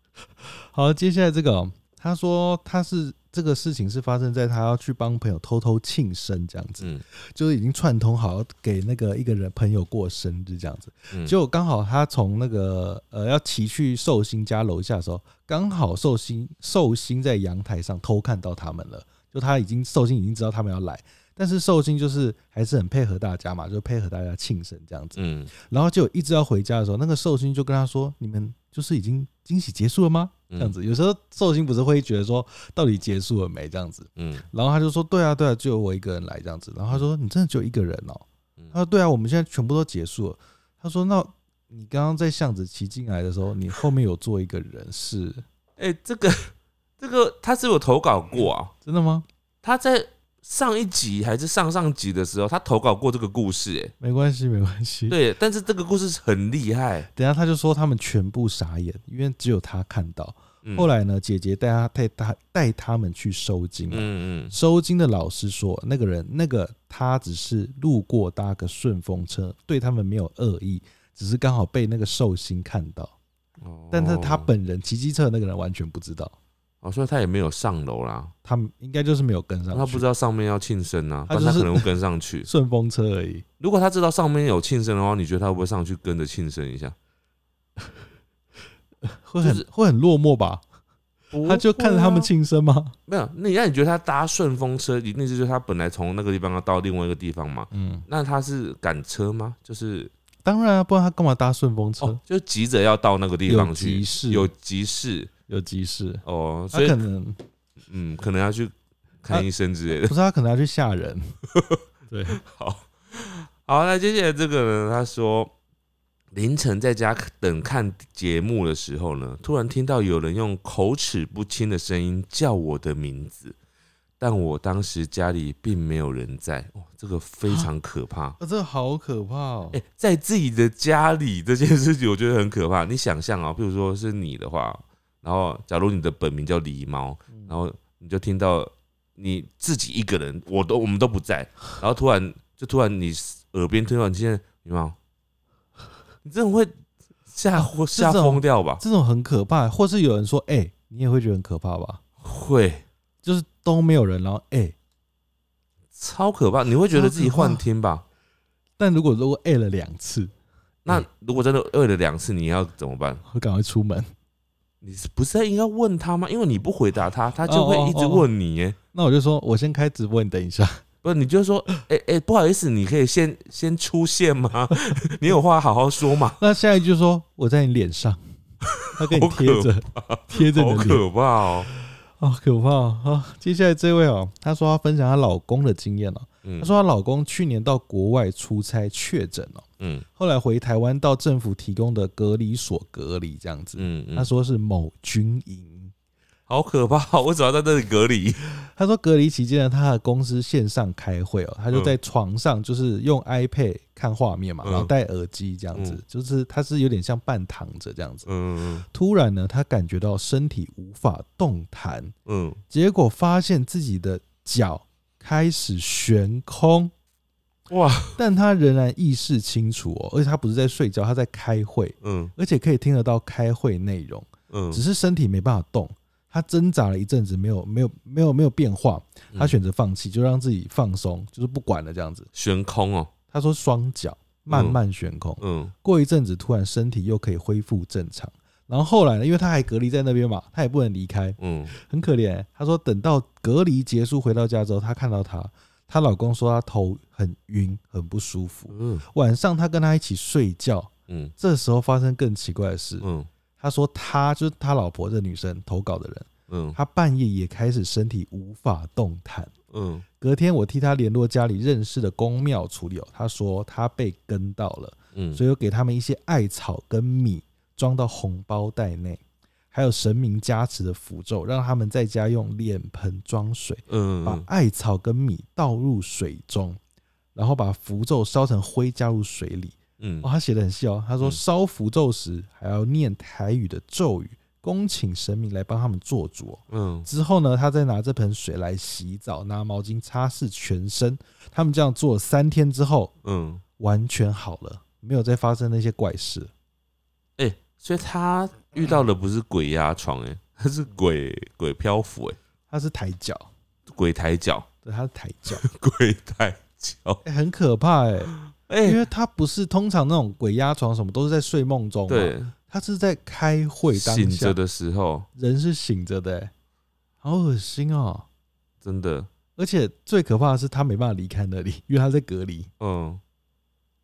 Speaker 1: 好，接下来这个哦、他说他是这个事情是发生在他要去帮朋友偷偷庆生这样子，
Speaker 2: 嗯
Speaker 1: 就是已经串通好要给那个一个人朋友过生日这样子，
Speaker 2: 嗯，
Speaker 1: 结果刚好他从那个呃要骑去寿星家楼下的时候，刚好寿星寿星在阳台上偷看到他们了，就他已经寿星已经知道他们要来，但是寿星就是还是很配合大家嘛，就配合大家庆生这样子。
Speaker 2: 嗯
Speaker 1: 然后就一直要回家的时候，那个寿星就跟他说：“你们就是已经惊喜结束了吗？”这
Speaker 2: 这
Speaker 1: 样，子，有时候寿星不是会觉得说到底结束了没这样子，
Speaker 2: 嗯
Speaker 1: 然后他就说：“对啊，对啊，只有我一个人来这样子。”然后他说：“你真的只有一个人哦、
Speaker 2: 嗯
Speaker 1: 他说：“对啊，我们现在全部都结束了。”他说：“那你刚刚在巷子骑进来的时候，你后面有坐一个人是
Speaker 2: 哎、这个这个他是有投稿过啊，
Speaker 1: 真的吗？
Speaker 2: 他在上一集还是上上集的时候，他投稿过这个故事、哎。
Speaker 1: 没关系，没关系。
Speaker 2: 对，但是这个故事很厉害。
Speaker 1: 等一下他就说他们全部傻眼，因为只有他看到。
Speaker 2: 嗯
Speaker 1: 后，来呢，姐姐带他带他带他们去收金啊、
Speaker 2: 嗯嗯
Speaker 1: 收金的老师说，那个人那个他只是路过搭个顺风车，对他们没有恶意，只是刚好被那个寿星看到。
Speaker 2: 嗯，哦
Speaker 1: 但是他本人骑机车的那个人完全不知道，
Speaker 2: 哦，所以他也没有上楼啦，
Speaker 1: 他们应该就是没有跟上去，
Speaker 2: 他不知道上面要庆生啊，
Speaker 1: 他
Speaker 2: 但
Speaker 1: 就是。
Speaker 2: 他可能会跟上去
Speaker 1: 顺风车而已。
Speaker 2: 如果他知道上面有庆生的话，你觉得他会不会上去跟着庆生一下？
Speaker 1: 会很、
Speaker 2: 就是啊
Speaker 1: 会很落寞吧？他就看着他们庆生吗？
Speaker 2: 没有，那你那你觉得他搭顺风车，一定是就是他本来从那个地方要到另外一个地方嘛？
Speaker 1: 嗯，
Speaker 2: 那他是赶车吗？就是
Speaker 1: 当然啊，不然他干嘛搭顺风车？
Speaker 2: 哦，就急着要到那个地
Speaker 1: 有
Speaker 2: 方去
Speaker 1: 急，事，
Speaker 2: 有急事
Speaker 1: 有急事，
Speaker 2: 哦，
Speaker 1: 他
Speaker 2: 所以
Speaker 1: 可能
Speaker 2: 嗯，可能要去看医生之类的
Speaker 1: 不。是他可能要去吓 人。对，
Speaker 2: 好，好，那接下来这个呢？他说，凌晨在家等看节目的时候呢，突然听到有人用口齿不清的声音叫我的名字，但我当时家里并没有人在，哦，这个非常可怕。
Speaker 1: 啊，这好可怕哦
Speaker 2: 哎、在自己的家里这件事情，我觉得很可怕。你想象啊、譬如说是你的话，然后假如你的本名叫狸猫，
Speaker 1: 嗯
Speaker 2: 然后你就听到你自己一个人，我都我们都不在，然后突然就突然你耳边听到你现在狸猫，你这种会吓昏
Speaker 1: 这种
Speaker 2: 吓疯掉吧？
Speaker 1: 这种很可怕，或是有人说：“哎、你也会觉得很可怕吧
Speaker 2: 会
Speaker 1: 就是都没有人，然后哎、
Speaker 2: 超可怕，你会觉得自己幻听吧？
Speaker 1: 但如果如果哎、了两次，
Speaker 2: 那
Speaker 1: 嗯
Speaker 2: 如果真的饿了两次，你要怎么办？
Speaker 1: 会赶快出门。
Speaker 2: 你是不是应该问他吗？因为你不回答他，他就
Speaker 1: 哦
Speaker 2: 会
Speaker 1: 哦
Speaker 2: 一直
Speaker 1: 哦
Speaker 2: 问你耶、
Speaker 1: 那我就说，我先开直播，你等一下。
Speaker 2: 不，你就说，哎、哎、不好意思，你可以先先出现吗？ 你有话好好说 嘛，
Speaker 1: 那下一句就说我在你脸上，他跟你贴着贴着
Speaker 2: 好
Speaker 1: 你的脸，
Speaker 2: 可怕哦。
Speaker 1: 好可怕哦！好接下来这位哦，她说她分享她老公的经验哦，
Speaker 2: 嗯
Speaker 1: 她说她老公去年到国外出差确诊哦，
Speaker 2: 嗯
Speaker 1: 后来回台湾到政府提供的隔离所隔离这样子。
Speaker 2: 嗯
Speaker 1: 她
Speaker 2: 嗯，
Speaker 1: 说是某军营。
Speaker 2: 好可怕！哦我只要在这里隔离。
Speaker 1: 她说隔离期间呢，她的公司线上开会哦，她就
Speaker 2: 嗯
Speaker 1: 在床上就是用 iPad 看画面嘛，
Speaker 2: 嗯
Speaker 1: 然后戴耳机这样子
Speaker 2: 嗯，
Speaker 1: 就是她是有点像半躺着这样子。
Speaker 2: 嗯
Speaker 1: 突然呢，她感觉到身体无法动弹，
Speaker 2: 嗯
Speaker 1: 结果发现自己的脚开始悬空，
Speaker 2: 嗯，哇，
Speaker 1: 但她仍然意识清楚哦，而且她不是在睡觉，她在开会，
Speaker 2: 嗯
Speaker 1: 而且可以听得到开会内容，
Speaker 2: 嗯，
Speaker 1: 只是身体没办法动。她挣扎了一阵子，没有没有没有没有变化，
Speaker 2: 嗯
Speaker 1: 她选择放弃，就让自己放松，就是不管了这样子。
Speaker 2: 悬空哦。
Speaker 1: 她说双脚慢慢悬空，
Speaker 2: 嗯
Speaker 1: 过一阵子突然身体又可以恢复正常。然后后来呢，因为她还隔离在那边嘛，她也不能离开，
Speaker 2: 嗯
Speaker 1: 很可怜、她说等到隔离结束回到家之后，她看到她，她老公说她头很晕，很不舒服。
Speaker 2: 嗯
Speaker 1: 晚上她跟她一起睡觉，
Speaker 2: 嗯
Speaker 1: 这时候发生更奇怪的事。
Speaker 2: 嗯
Speaker 1: 她说她就是她老婆这女生投稿的人，
Speaker 2: 嗯
Speaker 1: 她半夜也开始身体无法动弹。
Speaker 2: 嗯
Speaker 1: 隔天我替她联络家里认识的公庙处理哦，她说她被跟到了。
Speaker 2: 嗯，
Speaker 1: 所以有给他们一些艾草跟米装到红包袋内，还有神明加持的符咒，让他们在家用脸盆装水，把
Speaker 2: 嗯
Speaker 1: 艾草跟米倒入水中，然后把符咒烧成灰加入水里。
Speaker 2: 嗯
Speaker 1: 哦，他写的很细哦，他说
Speaker 2: 嗯
Speaker 1: 烧符咒时还要念台语的咒语，恭请神明来帮他们做主、哦。
Speaker 2: 嗯
Speaker 1: 之后呢，他再拿这盆水来洗澡，拿毛巾擦拭全身。他们这样做了三天之后，
Speaker 2: 嗯，
Speaker 1: 完全好了，没有再发生那些怪事。
Speaker 2: 哎，所以他遇到的不是鬼压床，哎，他 是鬼鬼漂浮，哎，
Speaker 1: 他是抬脚，
Speaker 2: 鬼抬脚，
Speaker 1: 对，他是抬脚、
Speaker 2: 鬼 抬脚，
Speaker 1: 欸很可怕哎、因
Speaker 2: 哎，
Speaker 1: 为他不是通常那种鬼压床什么都是在睡梦中，，
Speaker 2: 对，
Speaker 1: 他是在开会啊当
Speaker 2: 醒
Speaker 1: 下
Speaker 2: 着，的时候，
Speaker 1: 人是醒着的、欸，好恶心哦、
Speaker 2: 真的，
Speaker 1: 而且最可怕的是他没办法离开那里，因为他在隔离。
Speaker 2: 嗯，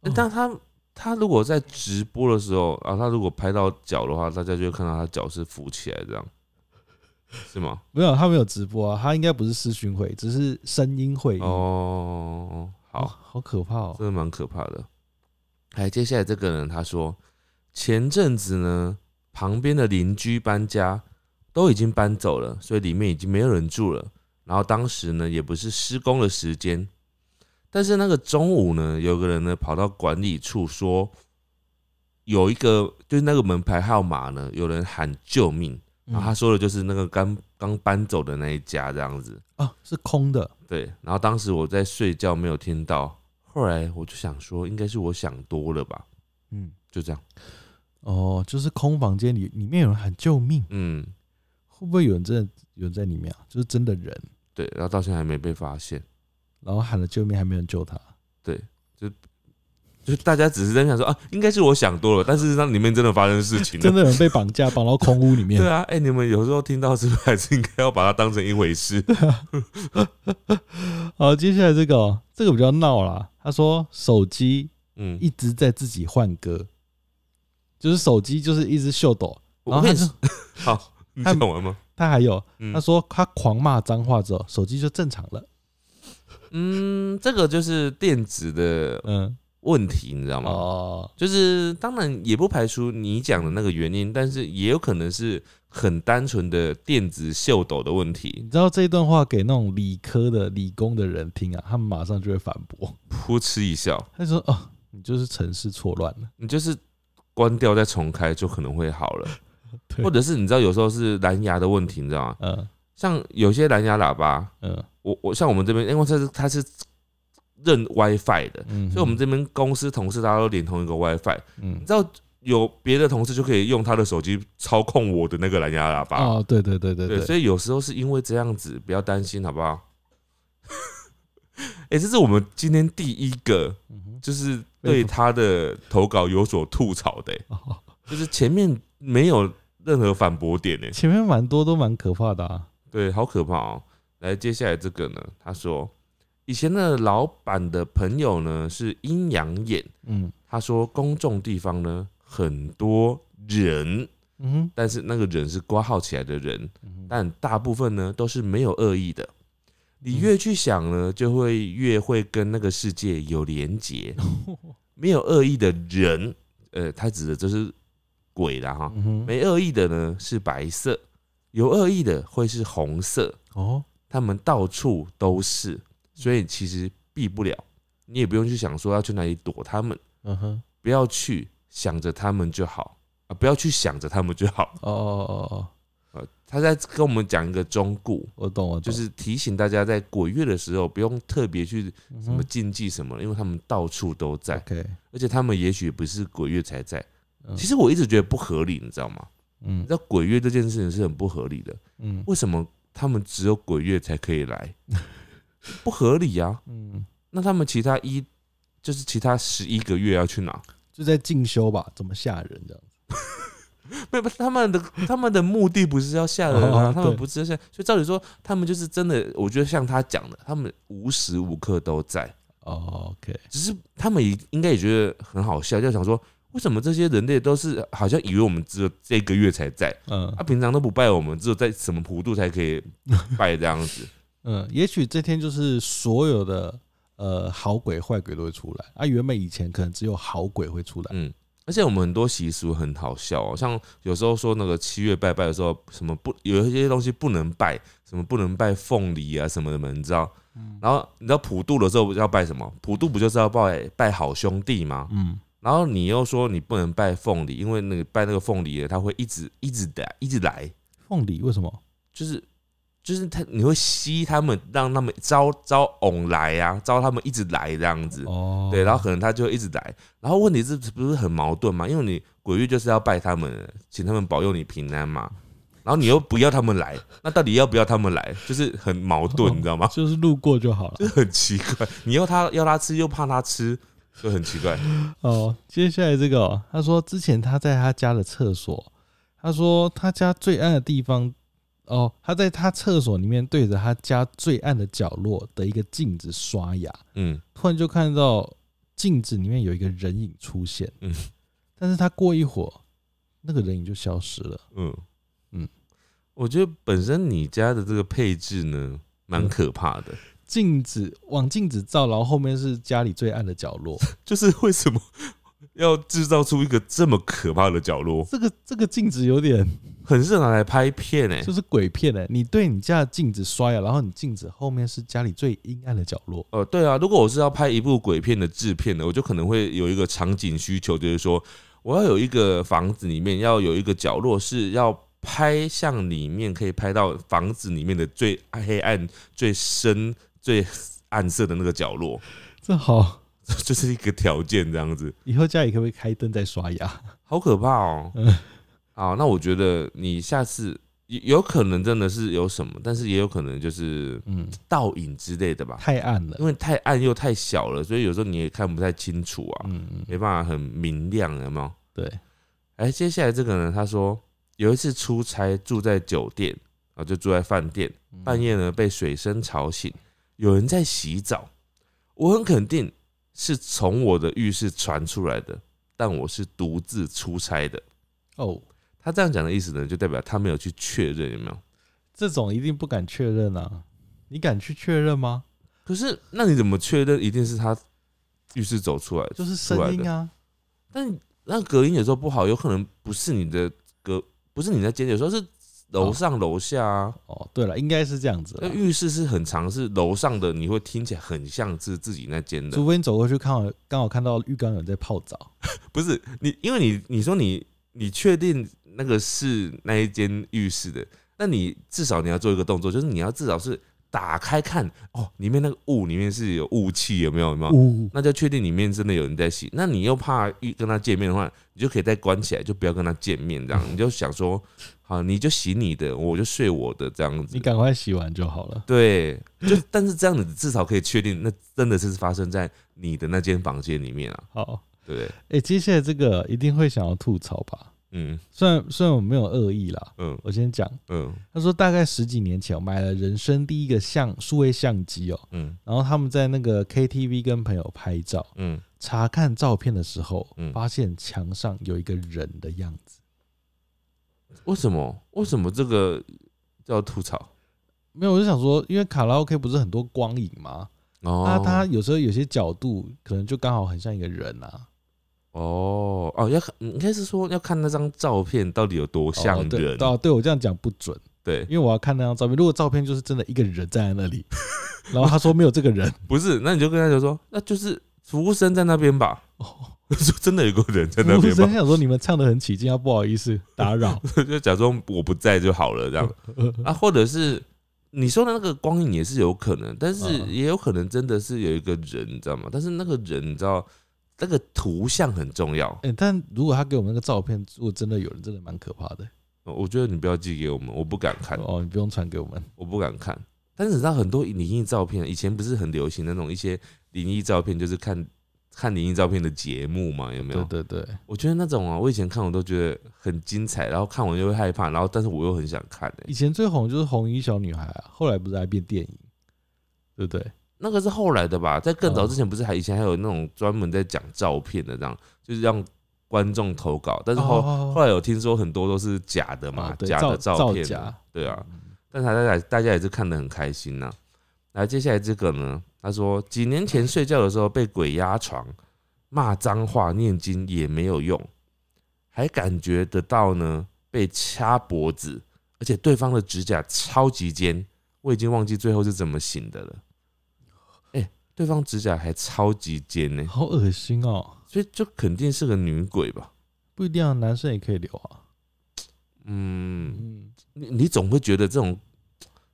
Speaker 1: 哦
Speaker 2: 但他他如果在直播的时候啊，他如果拍到脚的话，大家就会看到他脚是浮起来这样，是吗？
Speaker 1: 没有，他没有直播啊，他应该不是视讯会，只是声音会议。
Speaker 2: 哦，
Speaker 1: 哦，
Speaker 2: 好，
Speaker 1: 好可怕哦、
Speaker 2: 真的蛮可怕的。哎，接下来这个人他说，前阵子呢，旁边的邻居搬家，都已经搬走了，所以里面已经没有人住了。然后当时呢，也不是施工的时间，但是那个中午呢，有个人呢跑到管理处说，有一个就是那个门牌号码呢，有人喊救命，然后他
Speaker 1: 嗯
Speaker 2: 说的就是那个刚刚搬走的那一家这样子。
Speaker 1: 啊，是空的，
Speaker 2: 对，然后当时我在睡觉，没有听到。后来我就想说，应该是我想多了吧，
Speaker 1: 嗯，
Speaker 2: 就这样。
Speaker 1: 哦，就是空房间里里面有人喊救命，
Speaker 2: 嗯，
Speaker 1: 会不会有人真的有人在里面啊？就是真的人，
Speaker 2: 对，然后到现在还没被发现，
Speaker 1: 然后喊了救命，还没人救他。
Speaker 2: 就大家只是在想说啊，应该是我想多了，但事实上里面真的发生事情了。
Speaker 1: 真的有人被绑架，绑到空屋里面。
Speaker 2: 对啊，哎、你们有时候听到是不是还是应该要把它当成一回事？
Speaker 1: 好，接下来这个、哦，这个比较闹啦。他说手机
Speaker 2: 嗯，
Speaker 1: 一直在自己换歌，就是手机就是一直秀抖，然
Speaker 2: 我
Speaker 1: 后
Speaker 2: 跟
Speaker 1: 他
Speaker 2: 你
Speaker 1: 就
Speaker 2: 说，好，你
Speaker 1: 他
Speaker 2: 讲完吗？
Speaker 1: 他还有
Speaker 2: 嗯
Speaker 1: 他说他狂骂脏话之后，手机就正常了。
Speaker 2: 嗯，这个就是电子的
Speaker 1: 嗯，
Speaker 2: 问题，你知道吗？
Speaker 1: 哦，
Speaker 2: 就是当然也不排除你讲的那个原因，但是也有可能是很单纯的电子秀抖的问题
Speaker 1: 你。知道这一段话给那种理科的、理工的人听啊，他们马上就会反 驳。
Speaker 2: 噗嗤一笑，
Speaker 1: 他说：“哦，你就是城市错乱了。
Speaker 2: 你就是关掉再重开就可能会好了，”
Speaker 1: 对，
Speaker 2: 或者是你知道有时候是蓝牙的问题，你知道吗？
Speaker 1: 嗯
Speaker 2: 像有些蓝牙喇叭，
Speaker 1: 嗯
Speaker 2: 我我像我们这边，因为它是它是认 WiFi 的，
Speaker 1: 嗯，
Speaker 2: 所以我们这边公司同事大家都连同一个 WiFi，
Speaker 1: 嗯
Speaker 2: 你知道有别的同事就可以用他的手机操控我的那个蓝牙喇叭。
Speaker 1: 哦，对对对对
Speaker 2: 对，所以有时候是因为这样子，不要担心，好不好？ 哎、这是我们今天第一个，
Speaker 1: 嗯哼
Speaker 2: 就是对他的投稿有所吐槽的、欸
Speaker 1: 哦
Speaker 2: 就是前面没有任何反驳点 诶、
Speaker 1: 前面蛮多都蛮可怕的啊。
Speaker 2: 对，好可怕哦、来，接下来这个呢，他说以前的老板的朋友呢是阴阳眼，
Speaker 1: 嗯
Speaker 2: 他说公众地方呢很多人，
Speaker 1: 嗯哼
Speaker 2: 但是那个人是挂号起来的人，
Speaker 1: 嗯哼，
Speaker 2: 但大部分呢都是没有恶意的。你越去想呢，就会越会跟那个世界有连结。没有恶意的人，呃，他指的就是鬼啦哈。
Speaker 1: 嗯哼，
Speaker 2: 没恶意的呢是白色，有恶意的会是红色，
Speaker 1: 哦，
Speaker 2: 他们到处都是，所以其实避不了，你也不用去想说要去哪里躲他们，
Speaker 1: 嗯哼，
Speaker 2: 不要去想着他们就好啊，不要去想着他们就好。
Speaker 1: 哦哦哦哦，
Speaker 2: 呃，他在跟我们讲一个忠固，
Speaker 1: 我懂，我懂
Speaker 2: 就是提醒大家在鬼月的时候不用特别去
Speaker 1: 嗯
Speaker 2: 什么
Speaker 1: 哼
Speaker 2: 禁忌什么的，因为他们到处都在，
Speaker 1: OK，
Speaker 2: 而且他们也许不是鬼月才在。
Speaker 1: 嗯
Speaker 2: 其实我一直觉得不合理，你知道吗？你
Speaker 1: 嗯
Speaker 2: 知道鬼月这件事情是很不合理的，
Speaker 1: 嗯
Speaker 2: 为什么他们只有鬼月才可以来？ 不合理啊！
Speaker 1: 嗯，
Speaker 2: 那他们其他一就是其他十一个月要去哪？
Speaker 1: 就在进修吧，怎么吓人这样子？
Speaker 2: 没有，不是他们的他们的目的不是要吓人啊，
Speaker 1: 哦
Speaker 2: 他们
Speaker 1: 对
Speaker 2: 不是要吓，所以照理说，他们就是真的，我觉得像他讲的，他们无时无刻都在，
Speaker 1: 哦，OK，
Speaker 2: 只是他们也应该也觉得很好笑，就想说为什么这些人类都是好像以为我们只有这个月才在，啊
Speaker 1: 嗯
Speaker 2: 他、平常都不拜我们，只有在什么弧度才可以拜这样子。
Speaker 1: 嗯，也许这天就是所有的呃好鬼坏鬼都会出来啊，原本以前可能只有好鬼会出来，
Speaker 2: 嗯，而且我们很多习俗很好笑哦，像有时候说那个七月拜拜的时候，什么不有一些东西不能拜，什么不能拜凤梨啊什么的嘛，你知道？然后你知道普渡的时候要拜什么？普渡不就是要拜拜好兄弟吗？
Speaker 1: 嗯
Speaker 2: 然后你又说你不能拜凤梨，因为那个拜那个凤梨的，他会一直一直来，一直来，
Speaker 1: 凤梨为什么？
Speaker 2: 就是就是他你会吸他们，让他们招招往来啊，招他们一直来这样子。
Speaker 1: 哦，
Speaker 2: 对，然后可能他就会一直来。然后问题是不是很矛盾嘛？因为你鬼域就是要拜他们，请他们保佑你平安嘛。然后你又不要他们来，那到底要不要他们来？就是很矛盾，你知 道吗？
Speaker 1: 就是路过就好了。
Speaker 2: 很奇怪，你要他要他吃，又怕他吃，就很奇怪。
Speaker 1: 哦，接下来这个、哦，他说之前他在他家的厕所，他说他家最暗的地方，哦，他在他厕所里面对着他家最暗的角落的一个镜子刷牙，
Speaker 2: 嗯，
Speaker 1: 突然就看到镜子里面有一个人影出现，
Speaker 2: 嗯
Speaker 1: 嗯，但是他过一会儿，那个人影就消失了，
Speaker 2: 嗯嗯
Speaker 1: 嗯，
Speaker 2: 我觉得本身你家的这个配置呢，
Speaker 1: 嗯
Speaker 2: 蛮可怕的。
Speaker 1: 镜子往镜子照，然后后面是家里最暗的角 落，
Speaker 2: 就是为什么 要制造出一个这么可怕的角落？
Speaker 1: 这个这个镜子有点
Speaker 2: 很适合拿来拍片哎、
Speaker 1: 就是鬼片哎、你对你家的镜子刷牙，然后你镜子后面是家里最阴暗的角落。
Speaker 2: 呃，对啊，如果我是要拍一部鬼片的制片的，我就可能会有一个场景需求，就是说我要有一个房子里面要有一个角落是要拍向里面，可以拍到房子里面的最黑暗、最深、最暗色的那个角落，
Speaker 1: 这好，
Speaker 2: 这是一个条件，这样子，
Speaker 1: 以后家里可不可以开灯再刷牙？
Speaker 2: 好可怕哦、
Speaker 1: 嗯
Speaker 2: 啊，那我觉得你下次有有可能真的是有什么，但是也有可能就是
Speaker 1: 嗯，
Speaker 2: 倒影之类的吧，
Speaker 1: 太暗了
Speaker 2: 因。为太暗又太小了，所以有时候你也看不太清楚啊。
Speaker 1: 嗯，嗯
Speaker 2: 没办法很明亮，有没有？
Speaker 1: 对，
Speaker 2: 哎，接下来这个呢，他说有一次出差住在酒店啊，就住在饭店，
Speaker 1: 嗯
Speaker 2: 半夜呢被水声吵醒，有人在洗澡，我很肯定是从我的浴室传出来的，但我是独自出差的。
Speaker 1: 哦，
Speaker 2: 他这样讲的意思呢，就代表他没有去确认，有没有？
Speaker 1: 这种一定不敢确认啊！你敢去确认吗？
Speaker 2: 可是那你怎么确认一定是他浴室走出来的？
Speaker 1: 就是声音啊，
Speaker 2: 但那隔音有时候不好，有可能不是你的隔，不是你在间，有时候是楼上楼下啊。
Speaker 1: 哦，对啊了，应该是这样子啦
Speaker 2: 那、，浴室是很长，是楼上的，你会听起来很像是自己那间的
Speaker 1: 除，非你走过去看好，刚好看到浴缸有人在泡澡。
Speaker 2: 不是你，因为你你说你你确定那个是那一间浴室的，那你至少你要做一个动作，就是你要至少是打开看哦，里面那个雾里面是有雾气，有没有？有没有？
Speaker 1: 呜，
Speaker 2: 那就确定里面真的有人在洗。那你又怕遇跟他见面的话，你就可以再关起来，就不要跟他见面这样。你就想说，好，你就洗你的，我就睡我的这样子
Speaker 1: 你。赶快洗完就好了。
Speaker 2: 对，就但是这样子至少可以确定，那真的是发生在你的那间房间里面啊，
Speaker 1: 好，
Speaker 2: 对不对？
Speaker 1: 哎、接下来这个一定会想要吐槽吧？
Speaker 2: 嗯
Speaker 1: 虽然虽然我没有恶意啦，
Speaker 2: 嗯
Speaker 1: 我先讲。
Speaker 2: 嗯
Speaker 1: 他说大概十几年前，我买了人生第一个相数位相机哦、
Speaker 2: 嗯
Speaker 1: 然后他们在那个 KTV 跟朋友拍照，
Speaker 2: 嗯，
Speaker 1: 查看照片的时候
Speaker 2: 嗯，
Speaker 1: 发现墙上有一个人的样子。
Speaker 2: 为什么？为什么这个叫吐槽？
Speaker 1: 没有，我就想说，因为卡拉 OK 不是很多光影吗？
Speaker 2: 哦，
Speaker 1: 那它有时候有些角度可能就刚好很像一个人啊。
Speaker 2: 哦哦，要看，嗯应该是说要看那张照片到底有多像
Speaker 1: 哦对
Speaker 2: 人，
Speaker 1: 对啊，对我这样讲不准，
Speaker 2: 对，
Speaker 1: 因为我要看那张照片。如果照片就是真的一个人站在那里， 然后他说没有这个人，
Speaker 2: 不是，那你就跟他讲说，那就是服务生在那边吧。
Speaker 1: 哦，
Speaker 2: 说真的有个人在那
Speaker 1: 我
Speaker 2: 边
Speaker 1: 真
Speaker 2: 吧，
Speaker 1: 想说你们唱的很起劲啊，不好意思打 扰。
Speaker 2: 就假装我不在就好了 这样啊，或者是你说的那个光影也是有可能，但是
Speaker 1: 嗯
Speaker 2: 也有可能真的是有一个人，你知道吗？但是那个人你知道，那个图像很重要。
Speaker 1: 哎、但如果他给我们那个照片，如果真的有人，真的蛮可怕的。
Speaker 2: 我觉得你不要寄给我们，我不敢看，
Speaker 1: 哦，你不用传给我们。
Speaker 2: 我不敢看。但是你知道很多灵异照片，以前不是很流行那种一些灵异照片，就是看看灵异照片的节目嘛，有没有？
Speaker 1: 对对对，
Speaker 2: 我觉得那种啊，我以前看我都觉得很精彩，然后看完又会害怕，然后但是我又很想看、欸
Speaker 1: 以。前最红就是红衣小女孩啊，后来不是还变电影，对不对？
Speaker 2: 那个是后来的吧，在更早
Speaker 1: 哦
Speaker 2: 之前不是还以前还有那种专门在讲照片的，这样就是让观众投稿，但是后、
Speaker 1: 哦
Speaker 2: 后来有听说很多都是假的嘛，
Speaker 1: 哦对
Speaker 2: 假的
Speaker 1: 造
Speaker 2: 照
Speaker 1: 造
Speaker 2: 片
Speaker 1: 假
Speaker 2: 对啊，但是大家大家也是看得很开心呐、来，接下来这个呢，他说几年前睡觉的时候被鬼压床，骂脏话、念经也没有用，还感觉得到呢被掐脖子，而且对方的指甲超级尖，我已经忘记最后是怎么醒的了。哎、对方指甲还超级尖呢、
Speaker 1: 好恶心哦！
Speaker 2: 所以就肯定是个女鬼吧？
Speaker 1: 不一定啊，男生也可以留啊。
Speaker 2: 嗯，
Speaker 1: 嗯，
Speaker 2: 你你总会觉得这种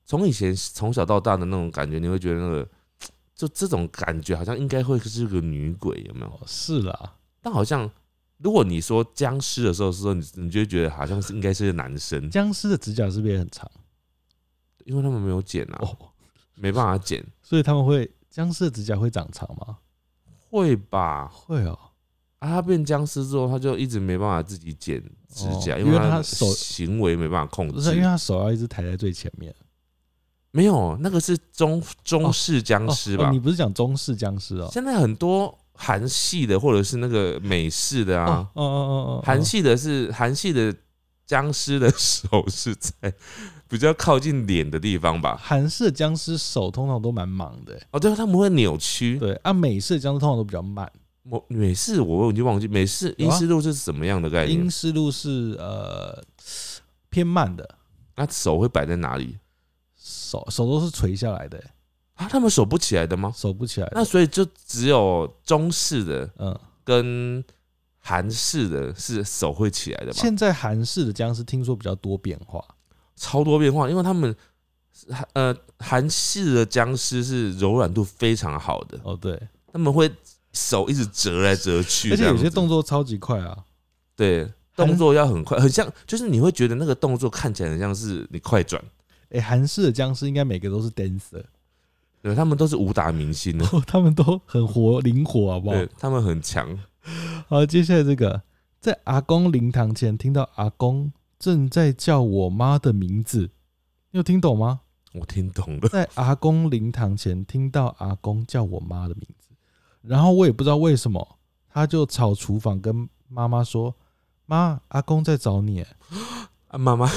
Speaker 2: 从以前从小到大的那种感觉，你会觉得那个就这种感觉好像应该会是个女鬼，有没有？
Speaker 1: 哦是啦，
Speaker 2: 但好像如果你说僵尸的时候，说你你就会觉得好像是应该是个男生，
Speaker 1: 僵尸的指甲是不是也很长？
Speaker 2: 因为他们没有剪啊，
Speaker 1: 哦，
Speaker 2: 没办法剪，
Speaker 1: 所以他们会僵尸的指甲会长长吗？
Speaker 2: 会吧？
Speaker 1: 会哦，
Speaker 2: 啊，他变僵尸之后，他就一直没办法自己剪指甲，
Speaker 1: 哦
Speaker 2: 因为
Speaker 1: 因为他
Speaker 2: 的
Speaker 1: 手
Speaker 2: 行为没办法控
Speaker 1: 不是因为
Speaker 2: 制。
Speaker 1: 他手要一直抬在最前面。
Speaker 2: 没有，那个是中中
Speaker 1: 哦
Speaker 2: 式僵
Speaker 1: 哦
Speaker 2: 尸
Speaker 1: 哦
Speaker 2: 吧？
Speaker 1: 你不是讲中式僵尸哦？
Speaker 2: 现在很多韩系的或者是那个美式的啊，
Speaker 1: 哦哦哦哦，
Speaker 2: 韩系的是韩系的僵尸的手是在比较靠近脸的地方吧？
Speaker 1: 韩式的僵尸手通常都蛮忙的欸、
Speaker 2: 哦，对，他们会扭曲。
Speaker 1: 对啊，美式的僵尸通常都比较慢。
Speaker 2: 我美式我已经忘记美式
Speaker 1: 有
Speaker 2: 英
Speaker 1: 啊
Speaker 2: 式路是什么样的概念
Speaker 1: 英？式路是呃偏慢的，
Speaker 2: 那、手会摆在哪里？
Speaker 1: 手手都是垂下来的、欸，
Speaker 2: 啊，他们手不起来的吗？
Speaker 1: 手不起来的。
Speaker 2: 那所以就只有中式的
Speaker 1: 嗯，
Speaker 2: 跟韩式的是手会起来的吧？
Speaker 1: 现在韩式的僵尸听说比较多变化，
Speaker 2: 超多变化，因为他们呃韩式的僵尸是柔软度非常好的，
Speaker 1: 哦对，
Speaker 2: 他们会手一直折来折去，
Speaker 1: 而且有些
Speaker 2: 动。
Speaker 1: 动作超级快啊，
Speaker 2: 对，动作要很快，很像，就是你会觉得那个动作看起来很像是你快转。
Speaker 1: 哎，韩式的僵尸应该每个都是 dancer，
Speaker 2: 对，他们都是武打明星呢，
Speaker 1: 他们都很活灵活，好不好？
Speaker 2: 对他们很强。
Speaker 1: 好，接下来这个，在阿公灵堂前听到阿公正在叫我妈的名字，你有听懂吗？
Speaker 2: 我听懂了，
Speaker 1: 在阿公灵堂前听到阿公叫我妈的名字，然后我也不知道为什么，他就吵厨房跟妈妈说：“妈，阿公在找你耶。
Speaker 2: 啊，妈 妈，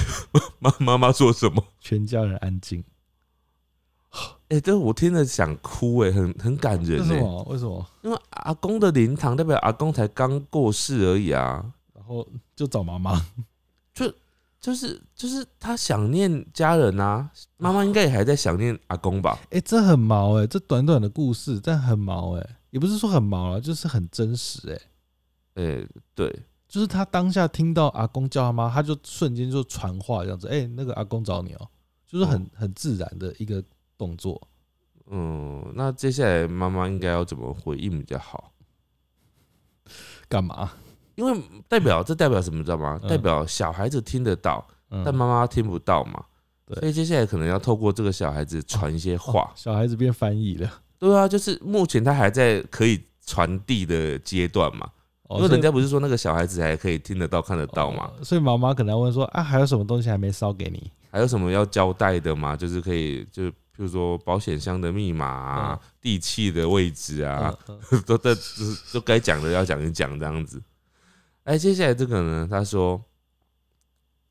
Speaker 2: 妈妈妈说什么？”
Speaker 1: 全家人安静。
Speaker 2: 哎、对我听了想哭哎、很很感人
Speaker 1: 为
Speaker 2: 哎、
Speaker 1: 什么？为什么？
Speaker 2: 因为阿公的灵堂代表阿公才刚过世而已啊，
Speaker 1: 然后就找妈妈。
Speaker 2: 就是就是他想念家人啊，妈妈应该也还在想念阿公吧？
Speaker 1: 哎、这很毛哎、这短短的故事，但很毛哎、也不是说很毛了，就是很真实哎、
Speaker 2: 哎、对，
Speaker 1: 就是他当下听到阿公叫他妈，他就瞬间就传话这样子，哎、那个阿公找你哦、就是很很自然的一个动作。
Speaker 2: 嗯，那接下来妈妈应该要怎么回应比较好？
Speaker 1: 干嘛？
Speaker 2: 因为代表这代表什么，你知道吗？
Speaker 1: 嗯
Speaker 2: 代表小孩子听得到，
Speaker 1: 嗯
Speaker 2: 但妈妈听不到嘛。
Speaker 1: 对
Speaker 2: 所以接下来可能要透过这个小孩子传一些话
Speaker 1: 哦。 小孩子变翻译了。
Speaker 2: 对啊，就是目前他还在可以传递的阶段嘛。
Speaker 1: 哦
Speaker 2: 因为人家不是说那个小孩子还可以听得到、看得到嘛？
Speaker 1: 所以哦所以妈妈可能要问说啊，还有什么东西还没烧给你？
Speaker 2: 还有什么要交代的吗？就是可以，就譬如说保险箱的密码啊、地契的位置啊，
Speaker 1: 嗯， 嗯
Speaker 2: 都在就是都该讲的要讲一讲这样子。哎，接下来这个呢，他说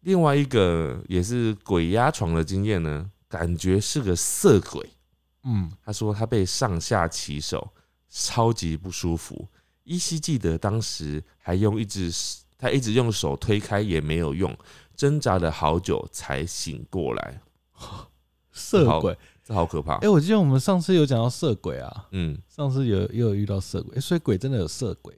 Speaker 2: 另外一个也是鬼压床的经验呢，感觉是个色鬼。
Speaker 1: 嗯，
Speaker 2: 他说他被上下其手，超级不舒服。依稀记得当时还用一只他一直用手推开也没有用，挣扎了好久才醒过来。
Speaker 1: 色鬼。
Speaker 2: 这好啊可怕。
Speaker 1: 哎、我记得我们上次有讲到色鬼啊，
Speaker 2: 嗯，
Speaker 1: 上次有也有遇到色鬼、诶所以鬼真的有色鬼。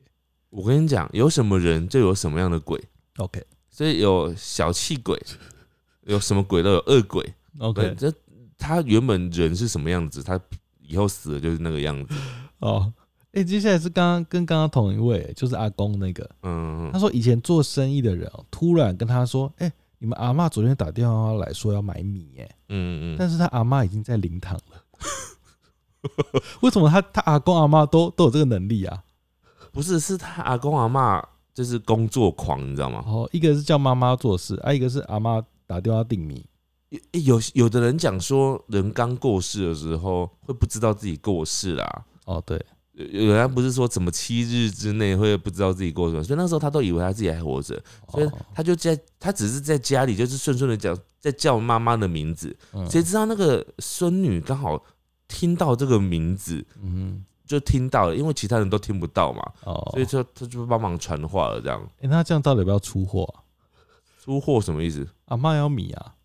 Speaker 2: 我跟你讲，有什么人就有什么样的鬼，
Speaker 1: OK
Speaker 2: 所以有小气鬼， 有什么鬼都有恶鬼。对，
Speaker 1: OK，
Speaker 2: 这他原本人是什么样子，他以后死了就是那个样子。
Speaker 1: 哦，哎、接下来是刚刚跟刚刚同一位，就是阿公那个，
Speaker 2: 嗯
Speaker 1: 他，说以前做生意的人哦，突然跟他说，哎、你们阿嬷昨天打电话来说要买米、耶，
Speaker 2: 嗯嗯嗯，
Speaker 1: 但是他阿嬷已经在灵堂了。 为什么他他阿公阿嬷都都有这个能力啊？
Speaker 2: 不是，是他阿公阿嬷就是工作狂，你知道吗？
Speaker 1: 哦，一个是叫妈妈做事，啊，一个是阿嬷打电话订米。
Speaker 2: 有有有的人讲说，人刚过世的时候会不知道自己过世啦。
Speaker 1: 哦，对，
Speaker 2: 有有人不是说怎么七日之内会不知道自己过世吗，所以那时候他都以为他自己还活着，所以
Speaker 1: 哦
Speaker 2: 他就在他只是在家里就是顺顺的讲，在叫妈妈的名字，
Speaker 1: 嗯
Speaker 2: 谁知道那个孙女刚好听到这个名字
Speaker 1: 嗯
Speaker 2: 就听到了，因为其他人都听不到嘛，
Speaker 1: 哦，
Speaker 2: 所以就他就帮忙传话了。这样
Speaker 1: 哎、那这样到底要不要出货啊、
Speaker 2: 出货什么意思？
Speaker 1: 阿嬷要米啊，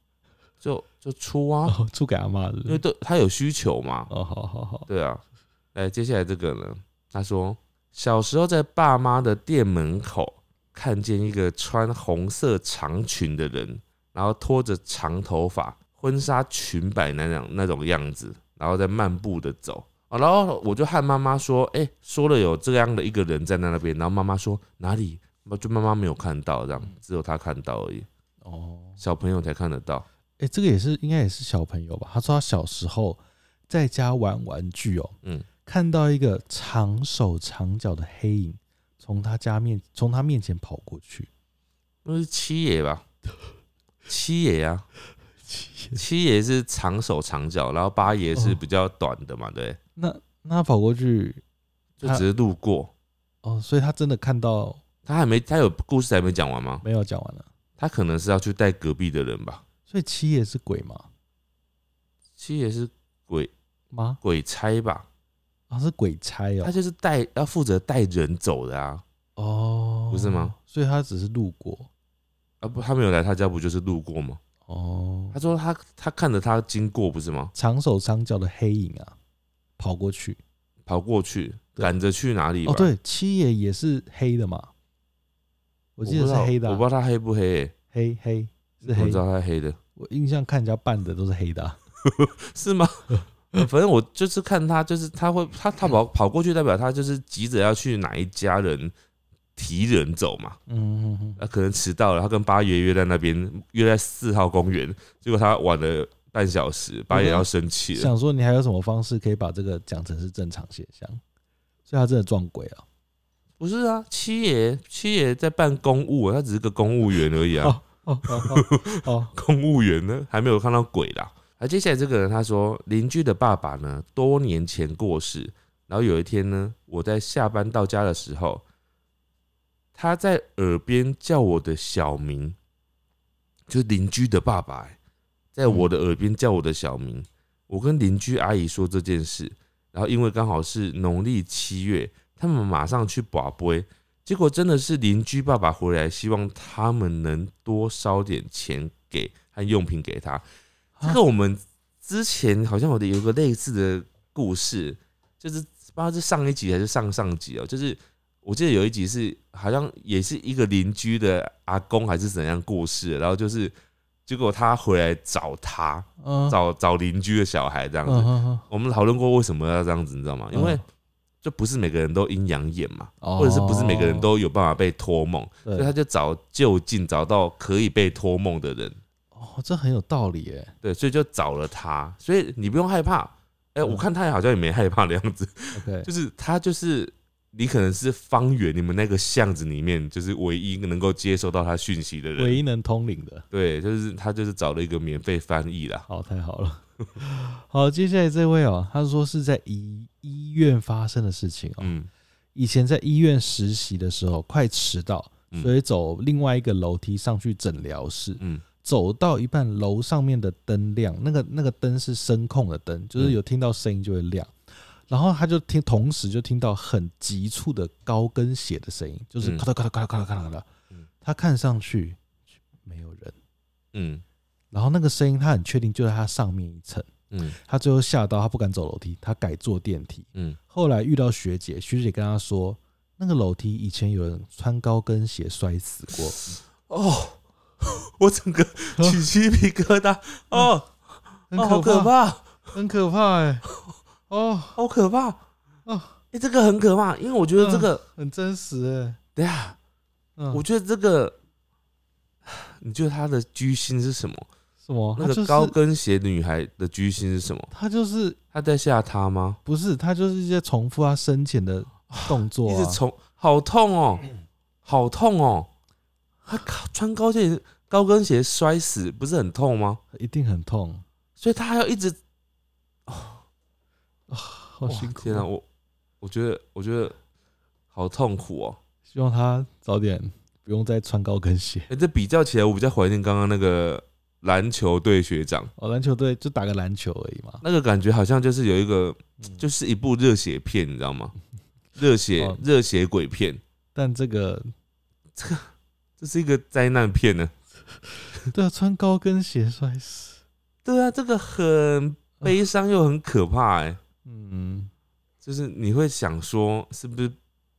Speaker 2: 就就出啊，
Speaker 1: 哦，出给阿嬷是不
Speaker 2: 因为
Speaker 1: 是？
Speaker 2: 对他有需求嘛。
Speaker 1: 哦，好好好，
Speaker 2: 对啊，来，接下来这个呢？他说，小时候在爸妈的店门口看见一个穿红色长裙的人，然后拖着长头发、婚纱裙摆那样那种样子，然后在漫步的走。哦，然后我就和妈妈说，哎、说了有这样的一个人站在那边，然后妈妈说哪里？就妈妈没有看到，这样只有她看到而已，
Speaker 1: 哦，
Speaker 2: 小朋友才看得到。
Speaker 1: 哎、这个也是应该也是小朋友吧？他说他小时候在家玩玩具哦、
Speaker 2: 嗯，
Speaker 1: 看到一个长手长脚的黑影从他家面从他面前跑过去，
Speaker 2: 那是七爷吧？ 七爷啊，七爷是长手长脚，然后八爷是
Speaker 1: 哦
Speaker 2: 比较短的嘛，对，
Speaker 1: 那那他跑过去
Speaker 2: 就
Speaker 1: 他
Speaker 2: 只是路过。
Speaker 1: 哦，所以他真的看到
Speaker 2: 他还没，他有故事还没讲完吗？
Speaker 1: 没有讲完了，
Speaker 2: 他可能是要去带隔壁的人吧。
Speaker 1: 所以七爷是鬼吗？
Speaker 2: 七爷是鬼
Speaker 1: 妈
Speaker 2: 鬼差吧？
Speaker 1: 啊，是鬼差
Speaker 2: 他
Speaker 1: 哦、
Speaker 2: 就是带要负责带人走的啊，
Speaker 1: 哦，
Speaker 2: 不是吗？
Speaker 1: 所以他只是路过
Speaker 2: 啊不，他没有来他家不就是路过吗？
Speaker 1: 哦
Speaker 2: 他，说他他看着他经过不是吗？
Speaker 1: 长手长脚的黑影啊，跑过去
Speaker 2: 跑过去
Speaker 1: 对
Speaker 2: 赶着去哪里吧？
Speaker 1: 哦，对，七爷也是黑的嘛，我
Speaker 2: 我
Speaker 1: 记得
Speaker 2: 不
Speaker 1: 是
Speaker 2: 知道
Speaker 1: 黑的啊、
Speaker 2: 我不知道他黑不黑、欸，
Speaker 1: 黑黑是
Speaker 2: 我
Speaker 1: 黑
Speaker 2: 知，道他黑的。
Speaker 1: 我印象看人家扮的都是黑的啊、
Speaker 2: 是吗？ 反正我就是看他，就是他会他他跑跑过去，代表他就是急着要去哪一家人提人走嘛。
Speaker 1: 嗯嗯嗯，
Speaker 2: 那、可能迟到了，他跟八爷约在那边，约在四号公园，结果他晚了半小时，八爷要生气 了。
Speaker 1: 想说你还有什么方式可以把这个讲成是正常现象？所以他真的撞鬼啊！
Speaker 2: 不是啊，七爷七爷在办公务、啊，他只是个公务员而已啊，
Speaker 1: 哦哦哦哦，
Speaker 2: 公务员呢还没有看到鬼啦。而接下来这个人他说，邻居的爸爸呢多年前过世，然后有一天呢，我在下班到家的时候，他在耳边叫我的小名，就是邻居的爸爸欸、在我的耳边叫我的小名。我跟邻居阿姨说这件事，然后因为刚好是农历七月，他们马上去把杯，结果真的是邻居爸爸回来，希望他们能多烧点钱给和用品给他。这个我们之前好像有的有个类似的故事，就是不知道是上一集还是上上集哦、就是我记得有一集是好像也是一个邻居的阿公还是怎样过世了，然后就是结果他回来找他，
Speaker 1: 嗯，
Speaker 2: 找找邻居的小孩这样子。
Speaker 1: 嗯
Speaker 2: 我们讨论过为什么要这样子，你知道吗？因为
Speaker 1: 嗯
Speaker 2: 就不是每个人都阴阳眼嘛，
Speaker 1: 哦
Speaker 2: 或者是不是每个人都有办法被托梦，所以他
Speaker 1: 对
Speaker 2: 就找就近找到可以被托梦的人。
Speaker 1: 哦，这很有道理耶。
Speaker 2: 对，所以就找了他，所以你不用害怕。哎、
Speaker 1: 嗯
Speaker 2: 我看他也好像也没害怕的样子，
Speaker 1: OK，
Speaker 2: 就是他就是你可能是方圆你们那个巷子里面就是唯一能够接收到他讯息的人
Speaker 1: 唯。一能通灵的，
Speaker 2: 对，就是他就是找了一个免费翻译啦。
Speaker 1: 好，太好了。 好，接下来这位哦，他说是在医医院发生的事情哦。
Speaker 2: 嗯
Speaker 1: 以前在医院实习的时候，快迟到，
Speaker 2: 嗯
Speaker 1: 所以走另外一个楼梯上去诊疗室。
Speaker 2: 嗯
Speaker 1: 走到一半，楼上面的灯亮，那个那个灯是声控的灯，
Speaker 2: 嗯
Speaker 1: 就是有听到声音就会亮。然后他就听，同时就听到很急促的高跟鞋的声音，就是
Speaker 2: 嗯
Speaker 1: 咔嗒咔嗒咔嗒咔嗒咔嗒咔嗒
Speaker 2: 嗯。
Speaker 1: 他看上去没有人，
Speaker 2: 嗯
Speaker 1: 然后那个声音他很确定就在他上面一层。
Speaker 2: 嗯
Speaker 1: 他最后吓到，他不敢走楼梯，他改坐电梯。
Speaker 2: 嗯
Speaker 1: 后来遇到学姐，学姐跟他说，那个楼梯以前有人穿高跟鞋摔死 过。
Speaker 2: 哦， 我整个起鸡皮疙 瘩哦，
Speaker 1: 嗯很
Speaker 2: 哦好可，怕，
Speaker 1: 很可怕哎、哦，
Speaker 2: 好可怕
Speaker 1: 哦嗯
Speaker 2: 哎，这个很可怕，因为我觉得这个，
Speaker 1: 很真实哎、
Speaker 2: 等一下，
Speaker 1: 嗯，
Speaker 2: 啊我觉得这个， 你觉得他的居心是什么？
Speaker 1: 什么？
Speaker 2: 那
Speaker 1: 哦他就
Speaker 2: 个
Speaker 1: 是
Speaker 2: 高跟鞋女孩的居心是什么？
Speaker 1: 他就是
Speaker 2: 她在吓他吗？
Speaker 1: 不是他就是一些重复他深浅的动作、
Speaker 2: 一
Speaker 1: 啊，嗯
Speaker 2: 直从好痛哦，好痛哦！她靠穿高跟鞋高跟鞋摔死，不是很痛吗？
Speaker 1: 一定很痛，
Speaker 2: 所以她还要一直哦
Speaker 1: 啊好辛苦。
Speaker 2: 天啊，我我觉得我觉得好痛苦哦。
Speaker 1: 希望他早点不用再穿高跟鞋。
Speaker 2: 哎、这比较起来，我比较怀念刚刚那个篮球队学长，
Speaker 1: 哦，篮球队就打个篮球而已嘛。
Speaker 2: 那个感觉好像就是有一个，
Speaker 1: 嗯
Speaker 2: 就是一部热血片，你知道吗？热血
Speaker 1: 哦
Speaker 2: 热血鬼片，
Speaker 1: 但这个
Speaker 2: 这是一个灾难片呢。
Speaker 1: 对啊，穿高跟鞋摔死。
Speaker 2: 对啊，这个很悲伤又很可怕哎、
Speaker 1: 嗯，
Speaker 2: 就是你会想说，是不是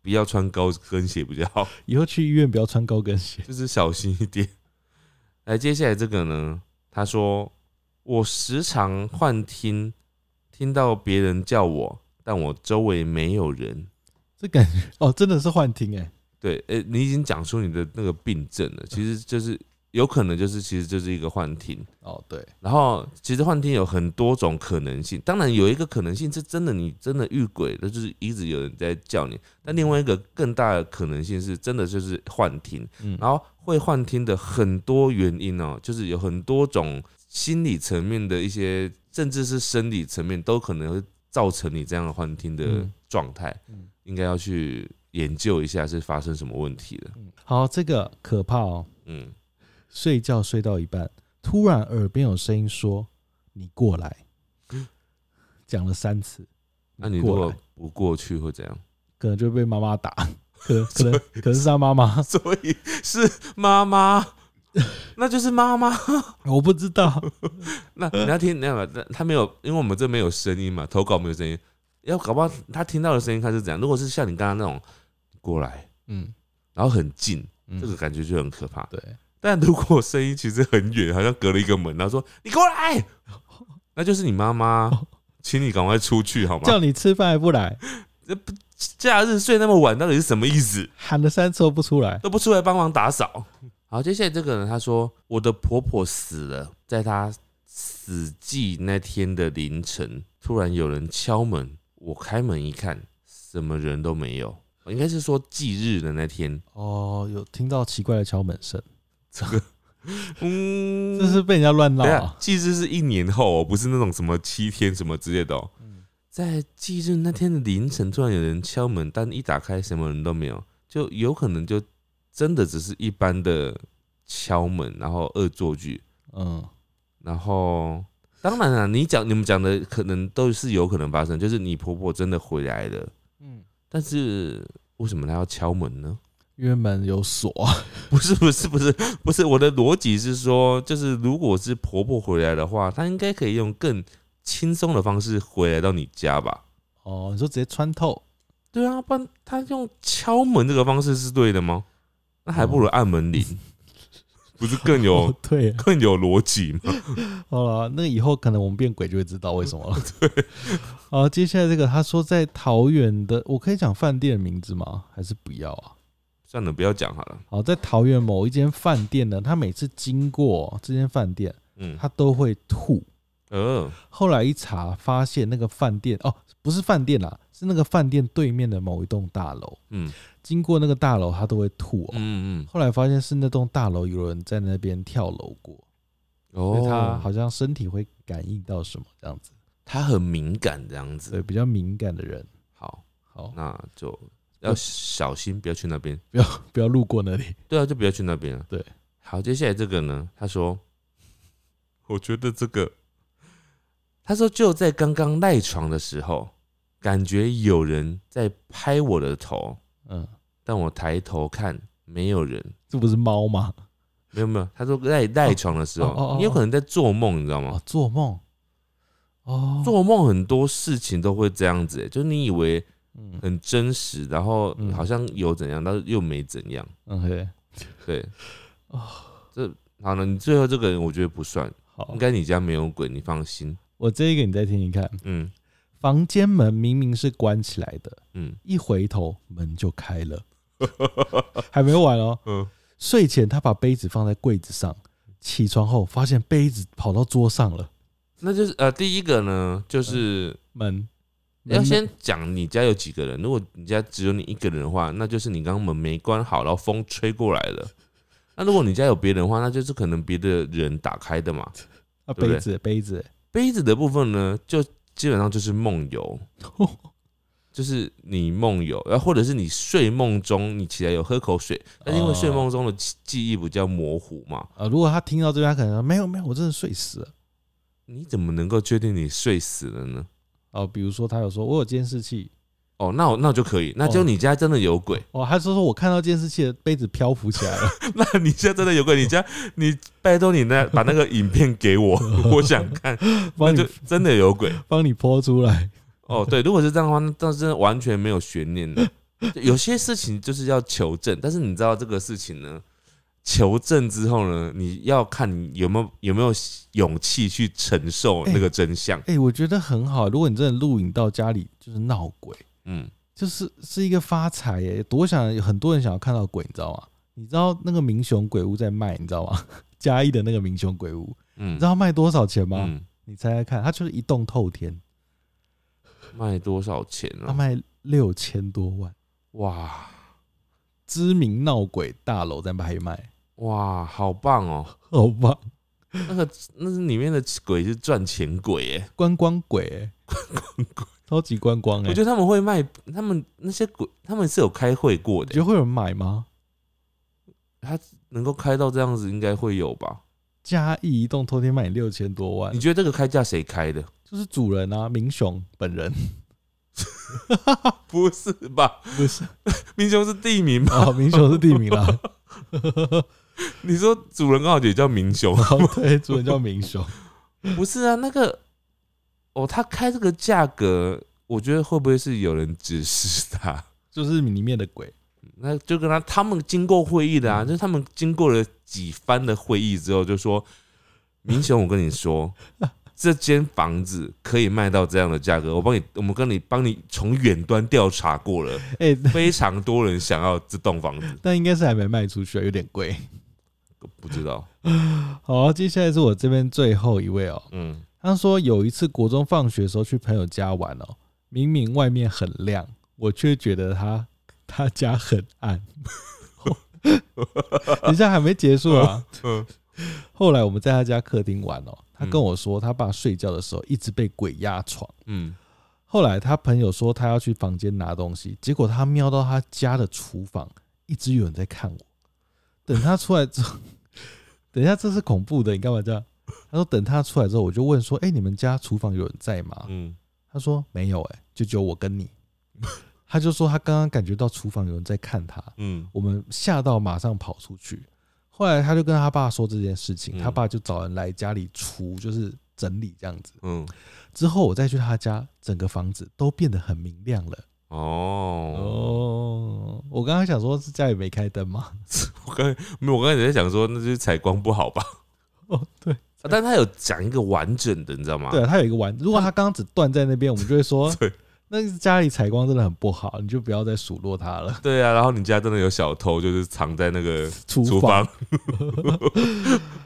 Speaker 2: 不要穿高跟鞋比较好？
Speaker 1: 以后去医院不要穿高跟鞋。
Speaker 2: 就是小心一点。来，接下来这个呢？他说：“我时常幻听，听到别人叫我，但我周围没有人。
Speaker 1: 这感觉哦，真的是幻听哎、”
Speaker 2: 对，诶、你已经讲出你的那个病症了，其实就是有可能就是其实就是一个幻听。
Speaker 1: 哦，对，
Speaker 2: 然后，其实幻听有很多种可能性，当然有一个可能性是真的，你真的遇鬼了，就是一直有人在叫你；但另外一个更大的可能性是真的就是幻听，
Speaker 1: 嗯，
Speaker 2: 然后会幻听的很多原因哦，就是有很多种心理层面的一些，甚至是生理层面，都可能会造成你这样的幻听的
Speaker 1: 嗯
Speaker 2: 状态。
Speaker 1: 嗯
Speaker 2: 应该要去研究一下是发生什么问题了。
Speaker 1: 嗯好，这个可怕哦。
Speaker 2: 嗯，
Speaker 1: 睡觉睡到一半，突然耳边有声音说：“你过来。”嗯讲了三次，
Speaker 2: 那你如
Speaker 1: 过
Speaker 2: 果
Speaker 1: 来，
Speaker 2: 不过去会怎样？
Speaker 1: 可能就被妈妈 打，可能可能 可能是他妈妈，
Speaker 2: 所以是妈妈， 那就是妈妈。
Speaker 1: 我不知道。
Speaker 2: 那你要听，那个他他没有，因为我们这没有声音嘛，投稿没有声音，要搞不好他听到的声音他是怎样？如果是像你刚刚那种过来，
Speaker 1: 嗯，
Speaker 2: 然后很近，
Speaker 1: 嗯
Speaker 2: 这个感觉就很可怕。
Speaker 1: 对，
Speaker 2: 但如果声音其实很远，好像隔了一个门，然后说“你过来”， 那就是你妈妈，
Speaker 1: 哦
Speaker 2: 请你赶快出去好吗？
Speaker 1: 叫你吃饭还不来，
Speaker 2: 假日睡那么晚，到底是什么意思？
Speaker 1: 喊了三次都不出来。
Speaker 2: 都不出来帮忙打扫。好，接下来这个人他说：“我的婆婆死了，在她死忌那天的凌晨，突然有人敲门，我开门一看，什么人都没有。应该是说忌日的那天，
Speaker 1: 哦，有听到奇怪的敲门声，
Speaker 2: 这个，嗯，
Speaker 1: 这是被人家乱闹
Speaker 2: 等一下
Speaker 1: 啊。
Speaker 2: 忌日是一年后、哦，不是那种什么七天什么之类的哦。在忌日那天的凌晨，突然有人敲门，但一打开什么人都没有，就有可能就真的只是一般的敲门，然后恶作剧。
Speaker 1: 嗯，
Speaker 2: 然后当然了、啊你讲你们讲的可能都是有可能发生，就是你婆婆真的回来了，
Speaker 1: 嗯，
Speaker 2: 但是为什么她要敲门呢？
Speaker 1: 因为门有锁，
Speaker 2: 不是不是不是不是，我的逻辑是说，就是如果是婆婆回来的话，她应该可以用更轻松的方式回来到你家吧？
Speaker 1: 哦，你说直接穿透，
Speaker 2: 对啊，不然她用敲门这个方式是对的吗？那还不如按门 铃，不是更有
Speaker 1: 哦，对，
Speaker 2: 更有逻辑吗？
Speaker 1: 好了，那以后可能我们变鬼就会知道为什么了。对，
Speaker 2: 嗯
Speaker 1: 好，接下来这个他说在桃园的，我可以讲饭店的名字吗？还是不要啊？
Speaker 2: 算了，不要讲好了。
Speaker 1: 好，在桃园某一间饭店呢，他每次经过这间饭店，
Speaker 2: 嗯，
Speaker 1: 他都会吐。
Speaker 2: 呃，
Speaker 1: 后来一查，发现那个饭店哦，不是饭店啦，是那个饭店对面的某一栋大楼。
Speaker 2: 嗯
Speaker 1: 经过那个大楼，他都会吐、哦。
Speaker 2: 嗯嗯，
Speaker 1: 后来发现是那栋大楼有人在那边跳楼过，所
Speaker 2: 哦
Speaker 1: 以，他好像身体会感应到什么这样子，
Speaker 2: 他很敏感这样子
Speaker 1: 对，。比较敏感的人。
Speaker 2: 好，
Speaker 1: 好，
Speaker 2: 那就要小心，不要去那边。
Speaker 1: 不要路过那里。
Speaker 2: 对啊，就不要去那边了。
Speaker 1: 对，
Speaker 2: 好，接下来这个呢？他说我觉得这个，他说就在刚刚赖床的时候，感觉有人在拍我的头，
Speaker 1: 嗯，
Speaker 2: 但我抬头看没有人，
Speaker 1: 这不是猫吗？
Speaker 2: 没有没有。他说赖赖床的时候，
Speaker 1: 哦哦哦
Speaker 2: 你有可能在做梦，你知道吗？
Speaker 1: 哦，做梦，哦，
Speaker 2: 做梦很多事情都会这样子、欸，就是你以为
Speaker 1: 嗯
Speaker 2: 很真实，然后
Speaker 1: 嗯
Speaker 2: 好像有怎样，但是又没怎样。
Speaker 1: 嗯嘿，
Speaker 2: 对，
Speaker 1: 哦，
Speaker 2: 这好了，你最后这个人我觉得不算，
Speaker 1: 好
Speaker 2: 应，该你家没有鬼，你放心。
Speaker 1: 我这一个你再听听看，
Speaker 2: 嗯
Speaker 1: 房间门明明是关起来的，
Speaker 2: 嗯
Speaker 1: 一回头门就开 了，还没完哦。
Speaker 2: 嗯，
Speaker 1: 睡前他把杯子放在柜子上，起床后发现杯子跑到桌上了，
Speaker 2: 那就是呃，第一个呢，就是
Speaker 1: 门嗯
Speaker 2: 要先讲你家有几个人。如果你家只有你一个人的话，那就是你刚刚门没关好，然后风吹过来了。那如果你家有别人的话，那就是可能别的人打开的嘛。
Speaker 1: 啊
Speaker 2: 对不对
Speaker 1: 杯子杯子，
Speaker 2: 杯子的部分呢，就基本上就是梦游，就是你梦游，然后或者是你睡梦中你起来有喝口水，但是因为睡梦中的记记忆比较模糊嘛，
Speaker 1: 呃，如果他听到这边，他可能说没有没有，我真的睡死了。
Speaker 2: 你怎么能够确定你睡死了呢？
Speaker 1: 哦，比如说他有说我有监视器，
Speaker 2: 哦，那我那我就可以，那就你家真的有鬼，
Speaker 1: 哦，他说说我看到监视器的杯子漂浮起来 了，
Speaker 2: 那你家真的有鬼，你家你拜托你那把那个影片给我， 我想看，那
Speaker 1: 帮你
Speaker 2: 就真的有鬼。
Speaker 1: 帮你泼出来。
Speaker 2: 哦，对，如果是这样的话，那倒真的完全没有悬念的。 就有些事情就是要求证，但是你知道这个事情呢，求证之后呢，你要看你有没有有没有勇气去承受那个真相。
Speaker 1: 哎、我觉得很好。如果你真的录影到家里，就是闹鬼，
Speaker 2: 嗯，
Speaker 1: 就是是一个发财耶、多想有很多人想要看到鬼，你知道吗？你知道那个民雄鬼屋在卖，你知道吗？ 嘉义的那个民雄鬼屋，
Speaker 2: 嗯，
Speaker 1: 你知道卖多少钱吗？
Speaker 2: 嗯，
Speaker 1: 你猜猜看，它就是一栋透天，
Speaker 2: 卖多少钱
Speaker 1: 它
Speaker 2: 啊？
Speaker 1: 卖六千多万，
Speaker 2: 哇
Speaker 1: 知名闹鬼大楼在拍卖，
Speaker 2: 哇，好棒哦！
Speaker 1: 好吧？
Speaker 2: 那个那是里面的鬼是赚钱鬼耶，
Speaker 1: 观光鬼、 欸，超级观光哎、
Speaker 2: 我觉得他们会卖，他们那些鬼他们是有开会过
Speaker 1: 你
Speaker 2: 的
Speaker 1: 觉
Speaker 2: 耶，
Speaker 1: 得会有人买吗？
Speaker 2: 能够开到这样子应该会有吧？
Speaker 1: 嘉义一栋偷天卖你六千多万
Speaker 2: 你，觉得这个开价谁开的？
Speaker 1: 就是主人啊，明雄本人
Speaker 2: 不是吧？
Speaker 1: 不是
Speaker 2: 民雄是地名吗？
Speaker 1: 哦，明雄是地名 啦。，
Speaker 2: 你说主人刚好也叫民雄
Speaker 1: 哦，对，主人叫明雄。
Speaker 2: 不是啊？那个哦，他开这个价格，我觉得会不会是有人指示他？
Speaker 1: 就是里面的鬼。
Speaker 2: 那就跟他他们经过会议的啊，就是他们经过了几番的会议之后，就说明雄，我跟你 说，这间房子可以卖到这样的价格，我帮你，我们跟你帮你从远端调查过 了，
Speaker 1: 哎、
Speaker 2: 非常多人想要这栋房子，
Speaker 1: 但应该是还没卖出去啊，有点贵。
Speaker 2: 不知道，
Speaker 1: 好，接下来是我这边最后一位哦。
Speaker 2: 嗯，
Speaker 1: 他说有一次国中放学的时候去朋友家玩哦，明明外面很亮，我却觉得他他家很 暗。等一下还没结束啊！
Speaker 2: 嗯
Speaker 1: 后来我们在他家客厅玩哦，他跟我说他爸睡觉的时候一直被鬼压床。
Speaker 2: 嗯，
Speaker 1: 后来他朋友说他要去房间拿东西，结果他瞄到他家的厨房一直有人在看我。等他出来之后， 等一下这是恐怖的，你干嘛这样？他说等他出来之后，我就问说：“哎、你们家厨房有人在吗
Speaker 2: 嗯，？”
Speaker 1: 他说：“没有、哎，就只有我跟你。”他就说他刚刚感觉到厨房有人在看他，
Speaker 2: 嗯，
Speaker 1: 我们吓到马上跑出去。后来他就跟他爸说这件事情，
Speaker 2: 嗯
Speaker 1: 他爸就找人来家里除，就是整理这样子。
Speaker 2: 嗯，
Speaker 1: 之后我再去他家，整个房子都变得很明亮了。
Speaker 2: 哦，
Speaker 1: 哦，我刚刚想说是家里没开灯吗？
Speaker 2: 我刚才没有，我刚才在想说，那就是采光不 好吧？
Speaker 1: 哦，对，
Speaker 2: 啊但他有讲一个完整的，你知道吗？
Speaker 1: 对，啊，它有一个完。如果他刚刚只断在那边，我们就会说
Speaker 2: 对，
Speaker 1: 那是家里采光真的很不好，你就不要再数落他了。
Speaker 2: 对啊，然后你家真的有小偷，就是藏在那个
Speaker 1: 厨
Speaker 2: 厨
Speaker 1: 房，
Speaker 2: 房。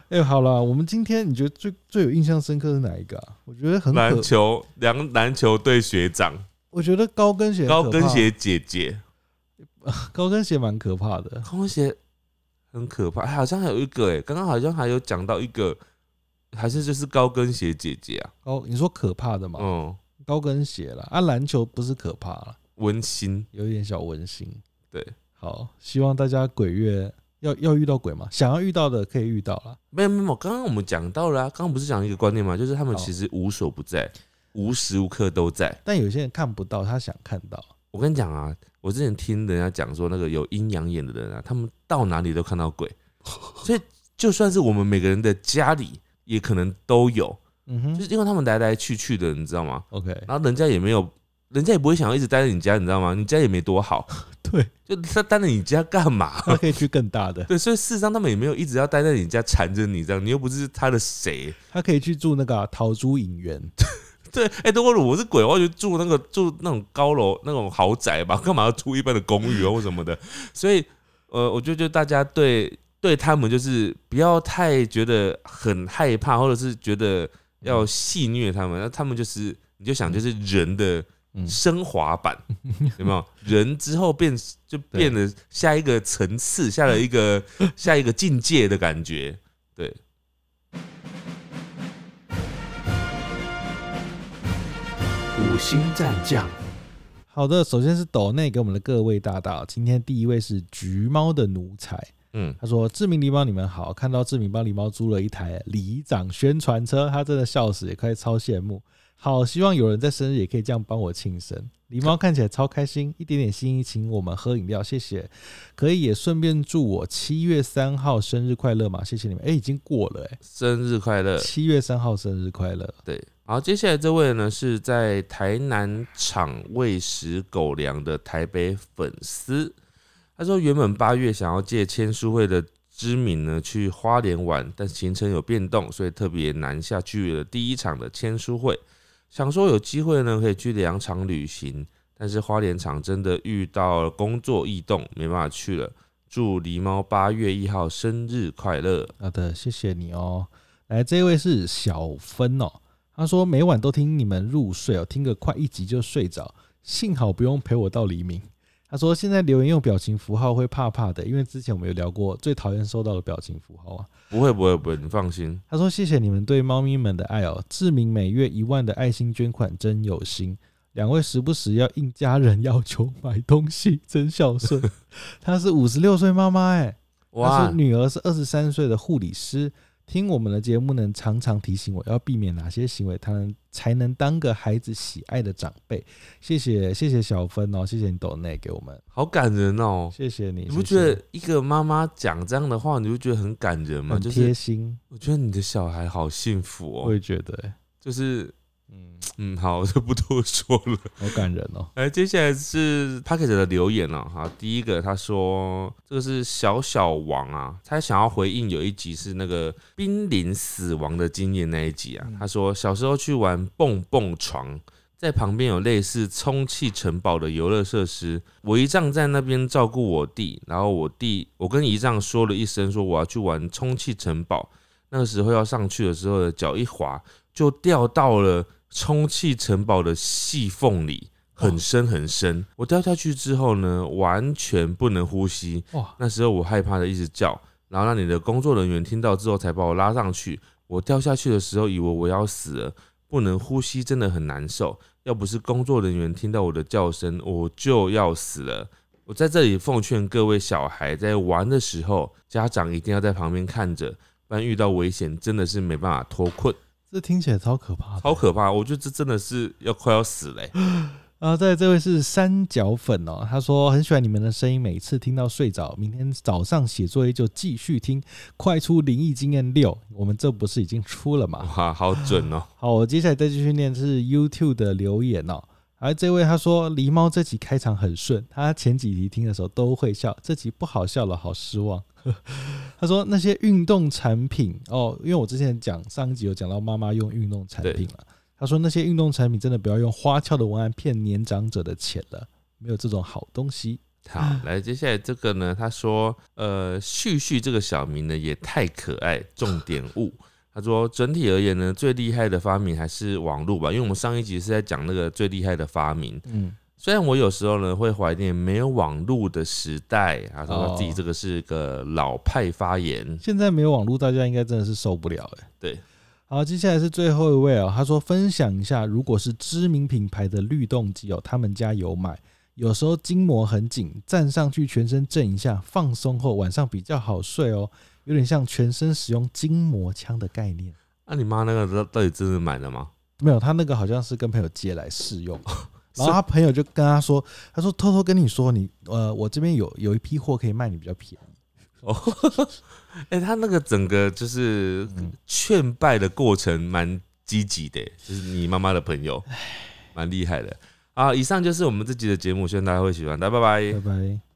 Speaker 1: 哎、好了，我们今天你觉得最最有印象深刻是哪一个、啊？我觉得很
Speaker 2: 篮
Speaker 1: 可，
Speaker 2: 球篮篮球队学长，
Speaker 1: 我觉得高跟鞋很
Speaker 2: 高
Speaker 1: 可
Speaker 2: 跟
Speaker 1: 怕
Speaker 2: 鞋姐姐，
Speaker 1: 高跟鞋蛮可怕的。
Speaker 2: 高跟鞋很可怕，哎好像还有一个哎、刚刚好像还有讲到一个，还是就是高跟鞋姐姐啊，
Speaker 1: 高，你说可怕的嘛？
Speaker 2: 嗯，
Speaker 1: 高跟鞋啦，啊，篮球不是可怕啦，
Speaker 2: 温馨，
Speaker 1: 有一点小温馨。
Speaker 2: 对，
Speaker 1: 好，希望大家鬼月要要遇到鬼嘛，想要遇到的可以遇到啦。
Speaker 2: 没有没有没有，刚刚我们讲到了、啊，刚刚不是讲一个观念嘛，就是他们
Speaker 1: 好
Speaker 2: 其实无所不在，无时无刻都在。
Speaker 1: 但有些人看不到，他想看到。
Speaker 2: 我跟你讲啊，我之前听人家讲说，那个有阴阳眼的人啊，他们到哪里都看到 鬼，所以就算是我们每个人的家里，也可能都有，
Speaker 1: 嗯
Speaker 2: 就
Speaker 1: 哼
Speaker 2: 是啊因为他们来来去去的，你知道吗？
Speaker 1: ，OK，
Speaker 2: 然后人家也没有，人家也不会想要一直待在你家，你知道吗？你家也没多好，
Speaker 1: 对，
Speaker 2: 就他待在你家干嘛？
Speaker 1: 他可以去更大的，
Speaker 2: 对，所以事实上他们也没有一直要待在你家缠着你这样，你又不是他的谁。
Speaker 1: 他可以去住那个啊桃珠影园。
Speaker 2: 对，哎、如果我是鬼，我就住那个住那种高楼那种豪宅吧， 干嘛要住一般的公寓啊或什么的？所以，呃，我就觉得大家对对他们就是不要太觉得很害怕，或者是觉得要戏虐他们，那他们就是你就想就是人的
Speaker 1: 嗯
Speaker 2: 升华版，有没有？人之后变就变得下一个层次，下了一个下一个境界的感觉。对，
Speaker 3: 五星战将，
Speaker 1: 好的，首先是抖内给我们的各位大大，今天第一位是橘猫的奴才，
Speaker 2: 嗯，
Speaker 1: 他说：“志明狸猫，你们好！看到志明帮狸猫租了一台里长宣传车，他真的笑死，也快超羡慕。好，希望有人在生日也可以这样帮我庆生。狸猫看起来超开心，一点点心意请我们喝饮料，谢谢。可以也顺便祝我七月三号生日快乐嘛？谢谢你们。哎、已经过了哎、
Speaker 2: 生日快乐！
Speaker 1: 七月三号生日快乐。
Speaker 2: 对，好，接下来这位呢是在台南场喂食狗粮的台北粉丝，他说原本八月想要借签书会的之名呢去花莲玩，但行程有变动，所以特别南下去了第一场的签书会，想说有机会呢可以去两场旅行，但是花莲场真的遇到了工作异动，没办法去了。祝狸猫八月一号生日快乐！
Speaker 1: 好的，谢谢你哦。来，这位是小芬哦，他说每晚都听你们入睡哦，听个快一集就睡着，幸好不用陪我到黎明。他说现在留言用表情符号会怕怕的，因为之前我们有聊过最讨厌收到的表情符号啊。
Speaker 2: 不会不会不会，你放心，
Speaker 1: 他说谢谢你们对猫咪们的爱哦，志明每月一万的爱心捐款真有心。两位时不时要应家人要求买东西，真孝顺。她是五十六岁妈妈哎，他说女儿是二十三岁的护理师，听我们的节目能常常提醒我要避免哪些行为，他能才能当个孩子喜爱的长辈。谢谢谢谢小芬哦，谢谢你抖内给我们，
Speaker 2: 好感人哦！
Speaker 1: 谢谢你，
Speaker 2: 你不
Speaker 1: 谢
Speaker 2: 觉
Speaker 1: 谢
Speaker 2: 得一个妈妈讲这样的话，你不觉得很感人吗？
Speaker 1: 很
Speaker 2: 就是
Speaker 1: 贴心？
Speaker 2: 我觉得你的小孩好幸福
Speaker 1: 我
Speaker 2: 哦，
Speaker 1: 也觉得欸，
Speaker 2: 就是
Speaker 1: 嗯，
Speaker 2: 嗯，好，我就不多说了。
Speaker 1: 好感人哦。
Speaker 2: 来，哎接下来是 p a c k e t 的留言了、哈。第一个他说这个是小小王啊，他想要回应有一集是那个濒临死亡的经验那一集啊。他说小时候去玩蹦蹦床，在旁边有类似充气城堡的游乐设施，我姨丈在那边照顾我弟，然后我弟我跟姨丈说了一声说我要去玩充气城堡，那个时候要上去的时候呢，脚一滑就掉到了充气城堡的细缝里。很深很深。我掉下去之后呢，完全不能呼吸。
Speaker 1: 哇，
Speaker 2: 那时候我害怕的一直叫，然后那里的工作人员听到之后才把我拉上去。我掉下去的时候，以为我要死了，不能呼吸，真的很难受。要不是工作人员听到我的叫声，我就要死了。我在这里奉劝各位小孩，在玩的时候，家长一定要在旁边看着，不然遇到危险真的是没办法脱困，
Speaker 1: 这听起来超可怕的。
Speaker 2: 好可怕！我觉得这真的是要快要死了欸、
Speaker 1: 然后再来呃这位是三角粉哦，他说很喜欢你们的声音，每次听到睡着，明天早上写作业就继续听，快出灵异经验六，我们这不是已经出了吗？
Speaker 2: 哇，好准哦！
Speaker 1: 好，我接下来再继续念是 YouTube 的留言哦。而这位他说狸猫这集开场很顺，他前几集听的时候都会笑，这集不好笑了，好失望。 他说那些运动产品哦，因为我之前讲上一集有讲到妈妈用运动产品了，他说那些运动产品真的不要用花俏的文案骗年长者的钱了，没有这种好东西。
Speaker 2: 好，来，接下来这个呢？他说，呃，旭旭这个小名呢也太可爱，重点 物。他说，整体而言呢，最厉害的发明还是网络吧，因为我们上一集是在讲那个最厉害的发明。
Speaker 1: 嗯，
Speaker 2: 虽然我有时候呢会怀念没有网络的时代，啊他说他自己
Speaker 1: 哦
Speaker 2: 这个是个老派发言，
Speaker 1: 现在没有网络，大家应该真的是受不了哎、
Speaker 2: 对，
Speaker 1: 好，接下来是最后一位哦，他说分享一下，如果是知名品牌的律动机哦，他们家有买，有时候筋膜很紧，站上去全身震一下，放松后晚上比较好睡哦，有点像全身使用筋膜枪的概念。
Speaker 2: 那、你妈那个到到底真的买了吗？
Speaker 1: 没有，他那个好像是跟朋友借来试用， 然后他朋友就跟他说，他说偷偷跟你说，你呃，我这边有有一批货可以卖你比较便宜。
Speaker 2: 哦，哎、他那个整个就是
Speaker 1: 嗯
Speaker 2: 劝败的过程蛮积极的，就是你妈妈的朋友，蛮厉害的。啊，以上就是我们这集的节目，希望大家会喜欢，大家拜
Speaker 1: 拜
Speaker 2: 拜
Speaker 1: 拜。